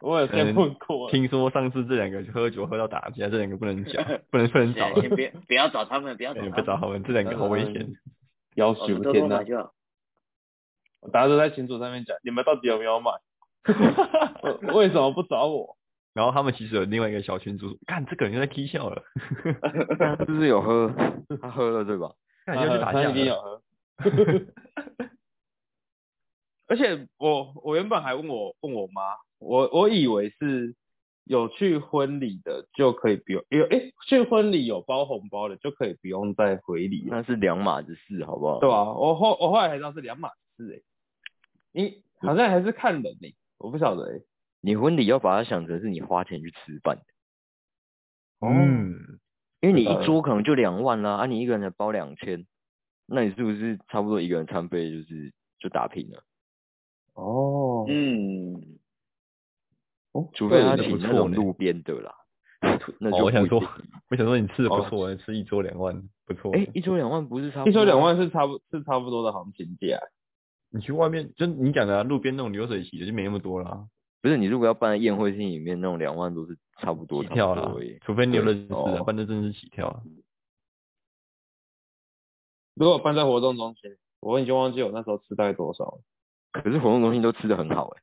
[SPEAKER 1] 我有先问过了，
[SPEAKER 3] 听说上次这两个喝酒喝到打架，这两个不能讲，不能不能嗯找
[SPEAKER 4] 先先
[SPEAKER 3] 了，
[SPEAKER 4] 别不要找他们，不要找 他
[SPEAKER 3] 哎不
[SPEAKER 4] 们，
[SPEAKER 3] 找他们，这两个好危险。
[SPEAKER 1] 要
[SPEAKER 4] 我们
[SPEAKER 1] 求
[SPEAKER 4] 偷偷
[SPEAKER 1] 天
[SPEAKER 4] 买
[SPEAKER 1] 呐！
[SPEAKER 4] 就好。
[SPEAKER 1] 大家都在群组上面讲，你们到底有没有买？ 呃为什么不找我？
[SPEAKER 3] 然后他们其实有另外一个小群主，看这个人又在 K 笑了，
[SPEAKER 2] 他是不是有喝？他喝了对吧？
[SPEAKER 3] 看又去打
[SPEAKER 1] 嗯他
[SPEAKER 3] 架
[SPEAKER 1] 一定有
[SPEAKER 3] 了。
[SPEAKER 1] 喝。 而且我我原本还问我问我妈，我我以为是有去婚礼的就可以不用，有诶、去婚礼有包红包的就可以不用再回礼了，
[SPEAKER 2] 那是两码子事，好不好？
[SPEAKER 1] 对吧、我后我后来才知道是两码事诶、你好像还是看人诶、我不晓得诶、欸
[SPEAKER 2] 你婚礼要把它想成是你花钱去吃饭，
[SPEAKER 3] 嗯，
[SPEAKER 2] 因为
[SPEAKER 1] 知
[SPEAKER 2] 你
[SPEAKER 1] 道了
[SPEAKER 2] 一桌可能就两万啦，啊，你一个人才包两千，那你是不是差不多一个人餐费就是就打平了？
[SPEAKER 1] 哦
[SPEAKER 4] 嗯，
[SPEAKER 1] 哦
[SPEAKER 2] 除非他
[SPEAKER 3] 对
[SPEAKER 2] 请
[SPEAKER 3] 不
[SPEAKER 2] 那
[SPEAKER 3] 错
[SPEAKER 2] 种
[SPEAKER 3] 呢
[SPEAKER 2] 路边的啦，那
[SPEAKER 3] 哦
[SPEAKER 2] 就
[SPEAKER 3] 我
[SPEAKER 2] 不
[SPEAKER 3] 想
[SPEAKER 2] 一
[SPEAKER 3] 说
[SPEAKER 2] 定，
[SPEAKER 3] 我想说你吃的不
[SPEAKER 1] 哦
[SPEAKER 3] 错，吃一桌两万，不错。
[SPEAKER 2] 哎，一桌两万不是差不多？
[SPEAKER 1] 一周两，万是差不是差不多的行情价，
[SPEAKER 3] 你去外面，就你讲的啊路边那种流水席的就没那么多啊啦，
[SPEAKER 2] 不是你如果要办在宴会厅里面那种两万都是差不多
[SPEAKER 3] 起
[SPEAKER 2] 差
[SPEAKER 3] 跳
[SPEAKER 2] 不
[SPEAKER 3] 啦
[SPEAKER 2] 多而已，
[SPEAKER 3] 除非你有认识
[SPEAKER 2] 对
[SPEAKER 3] 的，
[SPEAKER 2] 哦
[SPEAKER 3] 不然这真是起跳啊。
[SPEAKER 1] 如果办在活动中心，我已经忘记我那时候吃大概多少了。
[SPEAKER 2] 可是活动中心都吃的很好哎，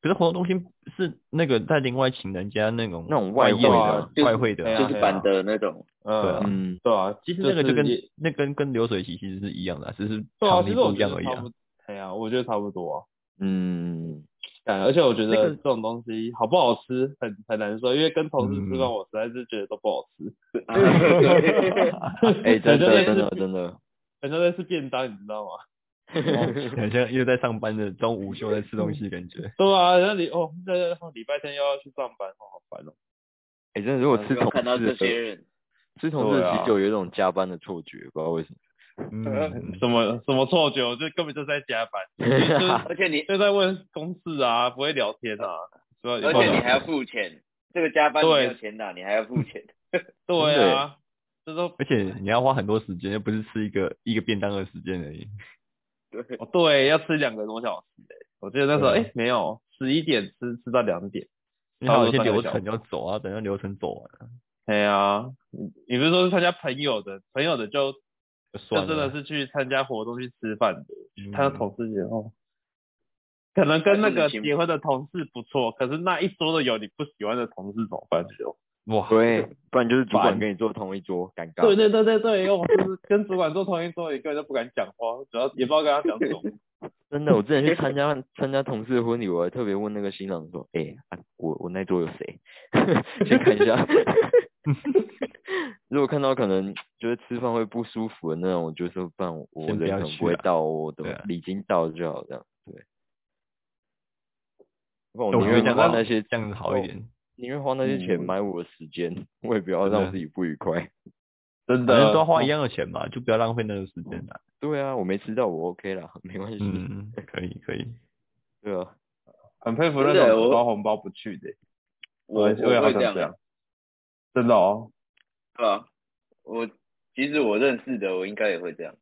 [SPEAKER 3] 可是活动中心是那个在另外请人家那种
[SPEAKER 2] 那种
[SPEAKER 3] 外
[SPEAKER 2] 外汇
[SPEAKER 3] 汇的
[SPEAKER 2] 啊
[SPEAKER 1] 就是
[SPEAKER 3] 外汇的
[SPEAKER 1] 对啊
[SPEAKER 3] 啊，
[SPEAKER 4] 就是板的那种，
[SPEAKER 3] 对啊
[SPEAKER 1] 嗯，
[SPEAKER 2] 嗯，
[SPEAKER 1] 对啊，
[SPEAKER 3] 其实那个
[SPEAKER 1] 就
[SPEAKER 3] 就跟
[SPEAKER 1] 是也
[SPEAKER 3] 那跟跟流水席其实是一样的啊，只是
[SPEAKER 1] 对啊，
[SPEAKER 3] 场
[SPEAKER 1] 其
[SPEAKER 3] 地
[SPEAKER 1] 实
[SPEAKER 3] 不
[SPEAKER 1] 我
[SPEAKER 3] 一
[SPEAKER 1] 觉
[SPEAKER 3] 样
[SPEAKER 1] 得
[SPEAKER 3] 而已
[SPEAKER 1] 差
[SPEAKER 3] 啊
[SPEAKER 1] 不。多，哎呀，我觉得差不多啊。
[SPEAKER 2] 嗯，
[SPEAKER 1] 但而且我觉
[SPEAKER 3] 那
[SPEAKER 1] 得
[SPEAKER 3] 个
[SPEAKER 1] 这种东西好不好吃很很难说，因为跟同事吃
[SPEAKER 3] 嗯
[SPEAKER 1] 饭，我实在是觉得都不好吃。
[SPEAKER 3] 啊
[SPEAKER 2] 哎，真
[SPEAKER 1] 人家
[SPEAKER 2] 的真
[SPEAKER 1] 在
[SPEAKER 2] 的
[SPEAKER 1] 吃
[SPEAKER 2] 真的，
[SPEAKER 1] 人家在吃便当，你知道吗？
[SPEAKER 3] 很像又在上班的中午午休在吃东西的 感觉。
[SPEAKER 1] 对啊，人家礼哦，在礼拜天又要去上班，哦，好烦哦。
[SPEAKER 2] 哎，真的如果
[SPEAKER 4] 啊 不
[SPEAKER 2] 吃
[SPEAKER 4] 要
[SPEAKER 2] 同
[SPEAKER 4] 看到这
[SPEAKER 2] 事
[SPEAKER 4] 些
[SPEAKER 2] 的，
[SPEAKER 4] 人，
[SPEAKER 2] 吃同事
[SPEAKER 1] 对
[SPEAKER 2] 的
[SPEAKER 1] 啊
[SPEAKER 2] 喜酒有一种加班的错觉，不知道为什么。
[SPEAKER 3] 嗯，
[SPEAKER 1] 什么什么错觉，我就根本就在加班，就是
[SPEAKER 4] 而且你
[SPEAKER 1] 就在问公事啊，不会聊天啊，主要
[SPEAKER 4] 而且你还要付钱，这个加班你没有钱拿，你还要付钱，
[SPEAKER 1] 对啊，这都
[SPEAKER 3] 而且你要花很多时间，又不是吃一个一个便当的时间而已。
[SPEAKER 4] 对，
[SPEAKER 1] 哦，对，要吃两个多小时诶、我记得那时候
[SPEAKER 3] 对
[SPEAKER 1] 哎、
[SPEAKER 3] 啊
[SPEAKER 1] 诶没有，十一点吃吃到两点。
[SPEAKER 3] 因为还有一些
[SPEAKER 1] 差不
[SPEAKER 3] 流
[SPEAKER 1] 多三个小时
[SPEAKER 3] 程要走啊，等到流程走完了
[SPEAKER 1] 对啊，你你不是说是参加朋友的，朋友的就
[SPEAKER 3] 就
[SPEAKER 1] 就
[SPEAKER 3] 算
[SPEAKER 1] 真的
[SPEAKER 3] 了。啊
[SPEAKER 1] 是去参加活动去吃饭的，
[SPEAKER 3] 嗯
[SPEAKER 1] 他的同事也哦，可能跟那个
[SPEAKER 4] 还是你请
[SPEAKER 1] 结婚的同事不错，可是那一桌都有你不喜欢的同事怎么办？就
[SPEAKER 3] 哇，
[SPEAKER 2] 对，不然就是主管
[SPEAKER 1] 烦
[SPEAKER 2] 跟你坐同一桌，尴尬。
[SPEAKER 1] 对对对对对，因为我就是跟主管坐同一桌，一个人都不敢讲话，主要也不知道跟他讲 什么。
[SPEAKER 2] 真的，我之前 去参加参加同事的婚礼，我还特别问那个新郎说：“哎、啊我我那桌有谁？ 先看一下。如果看到可能觉得吃饭会不舒服的那种，我就说，不然我我
[SPEAKER 3] 先不
[SPEAKER 2] 人
[SPEAKER 3] 要
[SPEAKER 2] 可能
[SPEAKER 3] 去
[SPEAKER 2] 不会
[SPEAKER 3] 啊
[SPEAKER 2] 到，哦我等
[SPEAKER 3] 对啊
[SPEAKER 2] 礼金到就好，这样对。不然
[SPEAKER 3] 我
[SPEAKER 2] 我宁
[SPEAKER 3] 觉得
[SPEAKER 2] 愿
[SPEAKER 3] 这样
[SPEAKER 2] 花
[SPEAKER 3] 子
[SPEAKER 2] 那些，
[SPEAKER 3] 这样子好一点。
[SPEAKER 2] 宁愿花那些钱
[SPEAKER 1] 嗯
[SPEAKER 2] 买我的时间，我也不要
[SPEAKER 3] 真的
[SPEAKER 2] 让自己不愉快。
[SPEAKER 1] 哦真
[SPEAKER 3] 反正
[SPEAKER 1] 的
[SPEAKER 3] 都要花一样的钱嘛，就不要浪费那个时间了。
[SPEAKER 2] 对啊，我没吃到，我 OK 啦，没关系。
[SPEAKER 3] 嗯，可以可以。
[SPEAKER 2] 对啊，
[SPEAKER 1] 很佩服那
[SPEAKER 4] 真的
[SPEAKER 1] 种
[SPEAKER 4] 我
[SPEAKER 1] 包红包不去的、
[SPEAKER 4] 我
[SPEAKER 1] 也 我也好
[SPEAKER 4] 会这
[SPEAKER 1] 想
[SPEAKER 4] 样啊
[SPEAKER 1] 这，样，真的哦，
[SPEAKER 4] 对吧？我其实我认识的，我应该也会这样，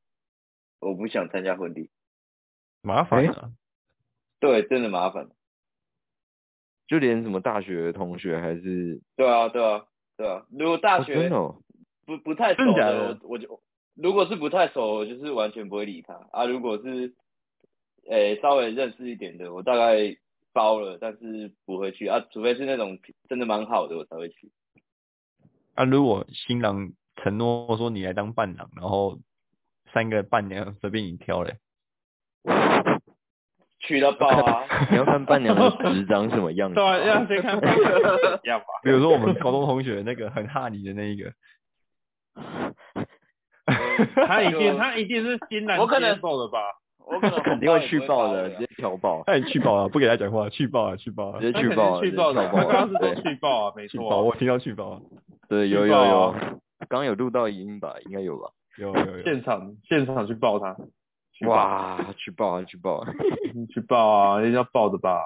[SPEAKER 4] 我不想参加婚礼，
[SPEAKER 3] 麻烦啊，
[SPEAKER 4] 对，真的麻烦，
[SPEAKER 2] 就连什么大学的同学还是
[SPEAKER 4] 对啊，对啊，对啊，如果大
[SPEAKER 2] 哦真
[SPEAKER 4] 学
[SPEAKER 2] 的哦
[SPEAKER 4] 不不太熟
[SPEAKER 1] 真的假的
[SPEAKER 4] 我我就如果是不太熟，我就是完全不会理他啊。如果是，诶、稍微认识一点的，我大概包了，但是不会去啊，除非是那种真的蛮好的，我才会去。
[SPEAKER 3] 啊，如果新郎承诺说你来当伴郎，然后三个伴娘随便你挑嘞，
[SPEAKER 4] 去到爆啊！
[SPEAKER 2] 你要看伴娘的纸长什么样
[SPEAKER 4] 嗯
[SPEAKER 2] 子
[SPEAKER 1] 对，啊，要先看伴娘一样 吧。
[SPEAKER 3] 比如说我们高中同学那个很哈你的那一个，
[SPEAKER 1] 他一定，他一定是新郎
[SPEAKER 4] 啊我可能
[SPEAKER 1] 接受的吧？
[SPEAKER 4] 我 可能
[SPEAKER 2] 肯定会去爆的，直接挑爆，
[SPEAKER 3] 哎，去爆了，不给他讲话，去爆了，去爆了，
[SPEAKER 2] 直接去
[SPEAKER 1] 他
[SPEAKER 2] 爆，
[SPEAKER 1] 肯定去爆的，
[SPEAKER 2] 直
[SPEAKER 1] 他
[SPEAKER 2] 接
[SPEAKER 1] 刚
[SPEAKER 2] 挑
[SPEAKER 1] 刚是说
[SPEAKER 2] 对
[SPEAKER 1] 去爆啊，没
[SPEAKER 3] 去
[SPEAKER 1] 错
[SPEAKER 3] 爆，
[SPEAKER 1] 啊。
[SPEAKER 3] 我听到去爆了，
[SPEAKER 2] 对，有
[SPEAKER 1] 去
[SPEAKER 2] 有
[SPEAKER 1] 爆
[SPEAKER 2] 有
[SPEAKER 1] 啊，
[SPEAKER 2] 刚有录到音吧，应该有吧？
[SPEAKER 3] 有有有，
[SPEAKER 1] 现场现场去爆他，去爆，
[SPEAKER 2] 哇，去爆啊，去爆啊！
[SPEAKER 1] 去爆啊，一定要爆的吧？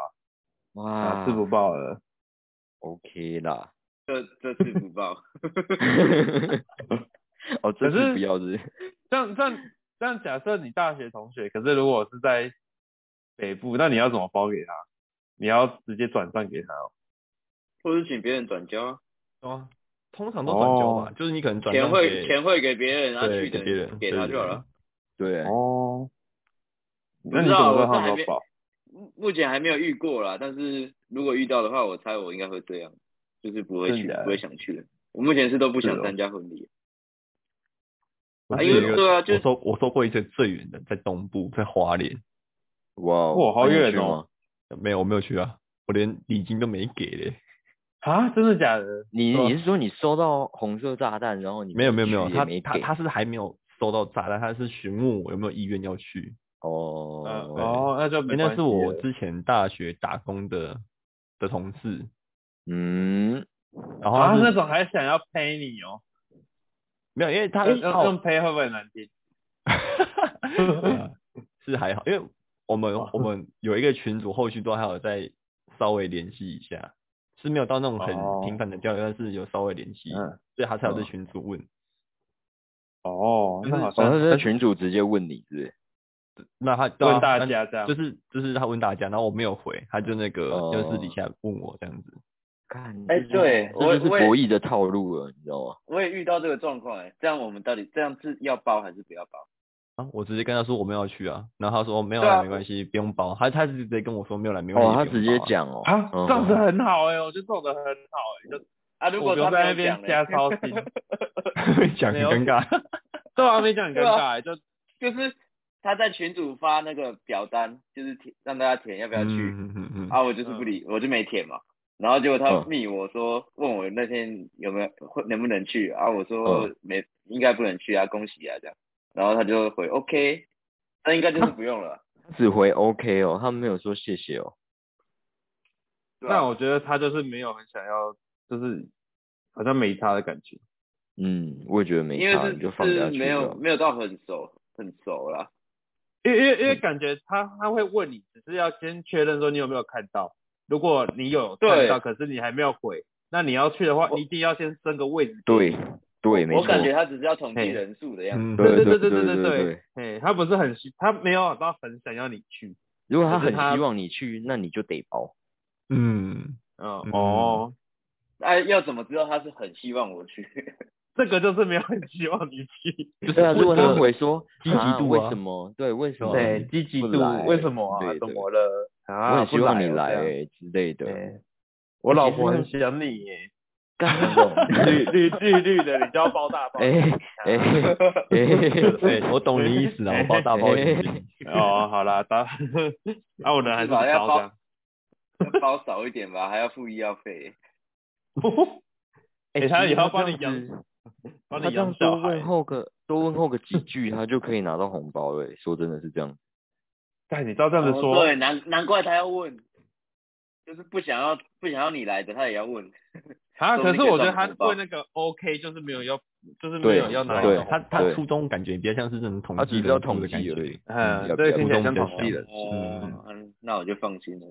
[SPEAKER 2] 哇
[SPEAKER 4] 啊
[SPEAKER 1] 哪，次不爆了？
[SPEAKER 2] OK 啦。
[SPEAKER 4] 这这次不爆，
[SPEAKER 2] 哦，
[SPEAKER 1] 可
[SPEAKER 2] 这
[SPEAKER 1] 是
[SPEAKER 2] 次不要是
[SPEAKER 1] 这样这样这样，假设你大学同学，可是如果是在北部，那你要怎么包给他？你要直接转账给他哦。
[SPEAKER 4] 或是请别人转交啊，
[SPEAKER 3] 哦，通常都转交吧，就是你可能转
[SPEAKER 4] 钱
[SPEAKER 3] 账
[SPEAKER 4] 会
[SPEAKER 3] 给
[SPEAKER 4] 钱会给别人，啊
[SPEAKER 3] 哦对
[SPEAKER 4] 去
[SPEAKER 3] 给
[SPEAKER 4] 的
[SPEAKER 3] 别人
[SPEAKER 4] 给他就好了。
[SPEAKER 2] 对，
[SPEAKER 1] 哦，那
[SPEAKER 4] 不
[SPEAKER 1] 你
[SPEAKER 4] 知
[SPEAKER 1] 怎
[SPEAKER 4] 道
[SPEAKER 1] 么知道
[SPEAKER 4] 我是
[SPEAKER 1] 他
[SPEAKER 4] 还
[SPEAKER 1] 有没
[SPEAKER 4] 没
[SPEAKER 1] 有爆？
[SPEAKER 4] 目目前还没有遇过啦，但是如果遇到的话，我猜我应该会这样，就是不会
[SPEAKER 1] 真
[SPEAKER 4] 去，
[SPEAKER 1] 的假的
[SPEAKER 4] 不会想去。我目前是都不
[SPEAKER 1] 是
[SPEAKER 4] 想
[SPEAKER 1] 哦
[SPEAKER 4] 参加婚礼，
[SPEAKER 3] 我
[SPEAKER 4] 啊
[SPEAKER 3] 是
[SPEAKER 4] 因为
[SPEAKER 3] 有一个
[SPEAKER 4] 对啊就
[SPEAKER 3] 我说我说过一次最远的，在东部，在花莲，
[SPEAKER 2] 哇哦，
[SPEAKER 1] 哇好
[SPEAKER 2] 那你有
[SPEAKER 1] 远
[SPEAKER 2] 去
[SPEAKER 1] 哦
[SPEAKER 2] 吗。
[SPEAKER 3] 没有我没有去啊，我连礼金都没给嘞，
[SPEAKER 1] 啊，真的假的？
[SPEAKER 2] 你
[SPEAKER 3] 对啊
[SPEAKER 2] 你是说你收到红色炸弹，然后你
[SPEAKER 3] 没有没有没有，
[SPEAKER 2] 去也
[SPEAKER 3] 他
[SPEAKER 2] 没
[SPEAKER 3] 他
[SPEAKER 2] 给
[SPEAKER 3] 他是还没有收到炸弹，他是询问我有没有意愿要去，
[SPEAKER 1] 嗯
[SPEAKER 2] 哦，
[SPEAKER 1] 哦，那就没
[SPEAKER 3] 欸那
[SPEAKER 1] 关系
[SPEAKER 3] 是
[SPEAKER 1] 了
[SPEAKER 3] 我之前大学打工的的同事，
[SPEAKER 2] 嗯，
[SPEAKER 3] 然后
[SPEAKER 1] 啊
[SPEAKER 3] 他是、
[SPEAKER 1] 那种还想要陪你哦，
[SPEAKER 3] 没有，因为他哦
[SPEAKER 1] 用
[SPEAKER 3] 靠
[SPEAKER 1] 用陪会不会很难听？
[SPEAKER 3] 对啊 是还好，因为我们我们有一个群组，后续都还有在稍微联系一下，是没有到那种
[SPEAKER 1] 哦
[SPEAKER 3] 很频繁的交流，但是有稍微联系，
[SPEAKER 1] 嗯
[SPEAKER 3] 所以他才有这
[SPEAKER 1] 嗯
[SPEAKER 3] 群组问。
[SPEAKER 1] 哦，那好
[SPEAKER 2] 哦，他
[SPEAKER 1] 像
[SPEAKER 2] 是在群主直接问你是不是？
[SPEAKER 3] 那他对啊
[SPEAKER 1] 问大
[SPEAKER 3] 那
[SPEAKER 1] 家这样，
[SPEAKER 3] 就是就是他问大家，然后我没有回，他就那个、就私底
[SPEAKER 2] 哦
[SPEAKER 3] 下问我这样子。
[SPEAKER 2] 看，
[SPEAKER 4] 哎
[SPEAKER 2] 这是
[SPEAKER 4] 对我
[SPEAKER 2] 这就是
[SPEAKER 4] 我也
[SPEAKER 2] 博弈的套路了，你知道吗？
[SPEAKER 4] 我也遇到这个状况哎，这样我们到底这样是要包还是不要包？
[SPEAKER 3] 啊！我直接跟他说我们要去啊，然后他说没有
[SPEAKER 4] 对啊
[SPEAKER 3] 来没关系，不用包。他他是直接跟我说没有来没关系，
[SPEAKER 2] 哦，他
[SPEAKER 3] 不用
[SPEAKER 2] 直接
[SPEAKER 3] 包啊
[SPEAKER 2] 讲哦，
[SPEAKER 1] 啊，
[SPEAKER 2] 嗯
[SPEAKER 1] 这样子很好哎，我觉得这种的很好哎，就
[SPEAKER 4] 啊，如
[SPEAKER 1] 我
[SPEAKER 4] 果
[SPEAKER 1] 不
[SPEAKER 4] 他
[SPEAKER 1] 用
[SPEAKER 4] 没
[SPEAKER 1] 在那
[SPEAKER 4] 有
[SPEAKER 1] 边
[SPEAKER 4] 讲
[SPEAKER 1] 加
[SPEAKER 4] 嘞，
[SPEAKER 1] 操心，
[SPEAKER 3] 讲很
[SPEAKER 1] 没有
[SPEAKER 3] 尴尬。
[SPEAKER 1] 对啊，没讲很尴尬哎，就
[SPEAKER 4] 就是他在群组发那个表单，就是填让大家填要不要去，
[SPEAKER 3] 嗯嗯嗯嗯，
[SPEAKER 4] 啊，我就是不理，我就没填嘛。然后结果他密我说，问我那天有没有会能不能去啊？我说
[SPEAKER 2] 嗯
[SPEAKER 4] 没，应该不能去啊，恭喜啊这样。然后他就回 OK，那应该就是不用 了。
[SPEAKER 2] 他只回 OK 哦，他没有说谢谢哦。
[SPEAKER 4] 对吧
[SPEAKER 1] 那我觉得他就是没有很想要，就是好像没他的感觉。
[SPEAKER 2] 嗯，我也觉得没
[SPEAKER 4] 因为
[SPEAKER 2] 差，
[SPEAKER 4] 是
[SPEAKER 2] 你就放给他
[SPEAKER 4] 是
[SPEAKER 2] 去
[SPEAKER 4] 没有
[SPEAKER 2] 吧。
[SPEAKER 4] 没有到很熟很熟啦，
[SPEAKER 1] 因为因为因为感觉他他会问你，只是要先确认说你有没有看到。如果你有看到，可是你还没有回，那你要去的话，
[SPEAKER 4] 我
[SPEAKER 1] 一定要先升个位置。
[SPEAKER 2] 对对，没
[SPEAKER 4] 我
[SPEAKER 2] 错。
[SPEAKER 4] 感觉他只是要统计
[SPEAKER 1] 嘿
[SPEAKER 4] 人数的样子。
[SPEAKER 3] 嗯，
[SPEAKER 2] 对
[SPEAKER 1] 对对
[SPEAKER 2] 对对
[SPEAKER 1] 对
[SPEAKER 2] 对
[SPEAKER 1] 对。哎，他不是很希，他没有到很想要你去。
[SPEAKER 2] 如果他
[SPEAKER 1] 可是
[SPEAKER 2] 很
[SPEAKER 1] 他
[SPEAKER 2] 希望你去，那你就得包。
[SPEAKER 3] 嗯，
[SPEAKER 1] 嗯
[SPEAKER 3] 嗯
[SPEAKER 1] 哦，
[SPEAKER 4] 哎、要怎么知道他是很希望我去？
[SPEAKER 1] 这个就是没有很希望你去。
[SPEAKER 3] 就是
[SPEAKER 2] 对啊，如果
[SPEAKER 3] 问
[SPEAKER 2] 他
[SPEAKER 3] 的
[SPEAKER 2] 回说
[SPEAKER 3] 积极
[SPEAKER 2] 啊
[SPEAKER 3] 度
[SPEAKER 2] 为
[SPEAKER 3] 啊
[SPEAKER 2] 什么？对，为什么？
[SPEAKER 3] 对
[SPEAKER 1] 积极
[SPEAKER 2] 不来
[SPEAKER 1] 为什么啊
[SPEAKER 2] 对？
[SPEAKER 1] 怎
[SPEAKER 2] 对
[SPEAKER 1] 么了？
[SPEAKER 2] 我
[SPEAKER 1] 啊，
[SPEAKER 2] 很希望你
[SPEAKER 1] 不
[SPEAKER 2] 来
[SPEAKER 1] 哦
[SPEAKER 2] 欸之类的
[SPEAKER 1] 这。样哎我老婆很
[SPEAKER 2] 其
[SPEAKER 1] 想你欸耶，
[SPEAKER 2] 干这种
[SPEAKER 1] 绿绿绿绿的，你就要包大包。
[SPEAKER 2] 哎哎 哎，
[SPEAKER 3] 哎，我懂你意思啊，我包
[SPEAKER 1] 哎
[SPEAKER 3] 大包一点。
[SPEAKER 1] 哦，好啦， 当那我人还是不
[SPEAKER 4] 是吧要
[SPEAKER 1] 高
[SPEAKER 4] 包
[SPEAKER 1] 这样。
[SPEAKER 4] 要包少一点吧，还要付医药费。
[SPEAKER 1] 哎他
[SPEAKER 2] 其实
[SPEAKER 1] 以后帮
[SPEAKER 2] 这
[SPEAKER 1] 你
[SPEAKER 2] 样
[SPEAKER 1] 养
[SPEAKER 2] 子
[SPEAKER 1] 帮
[SPEAKER 2] 他
[SPEAKER 1] 你
[SPEAKER 2] 这样
[SPEAKER 1] 养
[SPEAKER 2] 多
[SPEAKER 1] 小孩
[SPEAKER 2] 问，候个多问候个几句，他就可以拿到红包了欸。说真的是这样，
[SPEAKER 3] 哎
[SPEAKER 1] 但你照这样子
[SPEAKER 4] 哦
[SPEAKER 1] 说，
[SPEAKER 4] 对，难难怪他要问，就是不想要不想要你来的，他也要问。
[SPEAKER 1] 啊，
[SPEAKER 4] 说
[SPEAKER 1] 可
[SPEAKER 4] 不
[SPEAKER 1] 是
[SPEAKER 4] 定可以
[SPEAKER 1] 我觉得
[SPEAKER 4] 赚
[SPEAKER 1] 他
[SPEAKER 4] 红包
[SPEAKER 1] 问那个 OK 就是没有要，就是没有
[SPEAKER 2] 对
[SPEAKER 1] 要拿
[SPEAKER 2] 对
[SPEAKER 1] 你的红
[SPEAKER 3] 他
[SPEAKER 1] 包。
[SPEAKER 3] 他
[SPEAKER 2] 对
[SPEAKER 3] 初衷感觉比较像是那种统
[SPEAKER 2] 他只是
[SPEAKER 3] 计人
[SPEAKER 2] 要
[SPEAKER 3] 数
[SPEAKER 2] 统
[SPEAKER 3] 的感
[SPEAKER 2] 计而
[SPEAKER 3] 觉
[SPEAKER 2] 已。
[SPEAKER 1] 嗯，
[SPEAKER 2] 要
[SPEAKER 1] 对，
[SPEAKER 2] 要
[SPEAKER 1] 听起来像
[SPEAKER 3] 不动
[SPEAKER 1] 统
[SPEAKER 3] 比较
[SPEAKER 1] 计
[SPEAKER 3] 小
[SPEAKER 1] 人
[SPEAKER 4] 哦，嗯那我就放心了。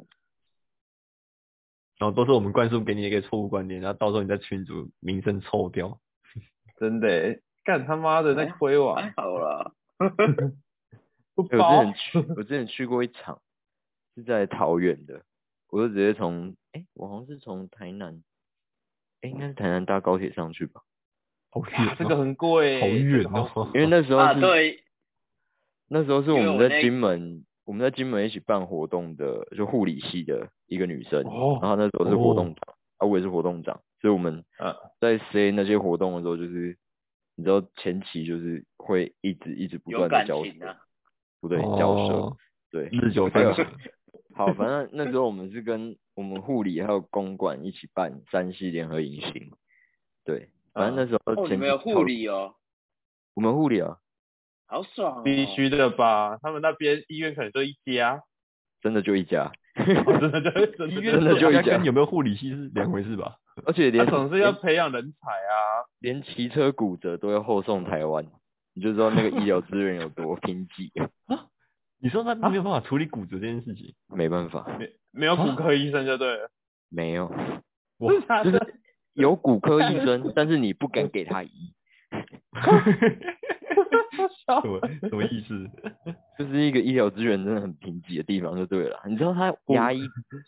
[SPEAKER 3] 然后都是我们灌输给你一个错误观念，然后到时候你在群组名声臭掉。
[SPEAKER 1] 真的欸，干他妈的在亏我
[SPEAKER 4] 还，哎好啦，
[SPEAKER 1] 不
[SPEAKER 2] 欸我
[SPEAKER 1] 包
[SPEAKER 2] 之前去，我之前去过一场，是在桃园的，我就直接从，哎、我好像是从台南，哎、应该是台南搭高铁上去吧，
[SPEAKER 3] 好远、哦，
[SPEAKER 1] 这个很贵，
[SPEAKER 3] 好远
[SPEAKER 1] 这个好
[SPEAKER 3] 哦，
[SPEAKER 2] 因为那时候
[SPEAKER 4] 啊，
[SPEAKER 2] 是
[SPEAKER 4] 对，
[SPEAKER 2] 那时候是我
[SPEAKER 4] 因为
[SPEAKER 2] 们
[SPEAKER 4] 我
[SPEAKER 2] 在
[SPEAKER 4] 那
[SPEAKER 2] 金门，我们在金门一起办活动的，就护理系的一个女生，
[SPEAKER 1] 哦
[SPEAKER 2] 然后那时候是活
[SPEAKER 3] 哦
[SPEAKER 2] 动长，啊，我也是活动长，所以我们
[SPEAKER 4] 啊
[SPEAKER 1] 嗯
[SPEAKER 2] 在 C 那些活动的时候，就是你知道前期就是会一直一直不
[SPEAKER 4] 有
[SPEAKER 2] 断的
[SPEAKER 4] 感
[SPEAKER 2] 交
[SPEAKER 4] 情
[SPEAKER 2] 涉，
[SPEAKER 4] 啊，
[SPEAKER 2] 不对，交涉
[SPEAKER 3] 哦，
[SPEAKER 2] 对，
[SPEAKER 3] 日久
[SPEAKER 2] 还有
[SPEAKER 3] 生情，
[SPEAKER 2] 好，反正那时候我们是跟我们护理还有公馆一起办山西联合迎新，对，反正那时候
[SPEAKER 4] 哦，你
[SPEAKER 2] 前期
[SPEAKER 4] 们有
[SPEAKER 2] 讨
[SPEAKER 4] 护，理哦，
[SPEAKER 2] 我们护理啊，
[SPEAKER 4] 好爽哦，
[SPEAKER 1] 必须的吧？他们那边医院可能就一家，
[SPEAKER 2] 真的就一家，
[SPEAKER 1] 哦真的就真的
[SPEAKER 2] 真的就一
[SPEAKER 3] 大家
[SPEAKER 2] 家
[SPEAKER 3] 跟有没有护理系是两回事吧？
[SPEAKER 2] 而且
[SPEAKER 1] 他
[SPEAKER 4] 啊
[SPEAKER 2] 连
[SPEAKER 1] 总是要培养人才啊。
[SPEAKER 2] 连骑车骨折都要后送台湾，你就知道那个医疗资源有多贫瘠。
[SPEAKER 3] 你说他没有办法处理骨折这件事情，
[SPEAKER 2] 没办 法，
[SPEAKER 1] 没没有骨科医生就对了，
[SPEAKER 2] 没有，
[SPEAKER 3] 哇
[SPEAKER 1] 真的假
[SPEAKER 2] 就
[SPEAKER 1] 的？
[SPEAKER 2] 是有骨科医 生，但是你不敢给他医，
[SPEAKER 3] 什么什么意思？
[SPEAKER 2] 就是一个医疗资源真的很贫瘠的地方就对了。你知道他牙医，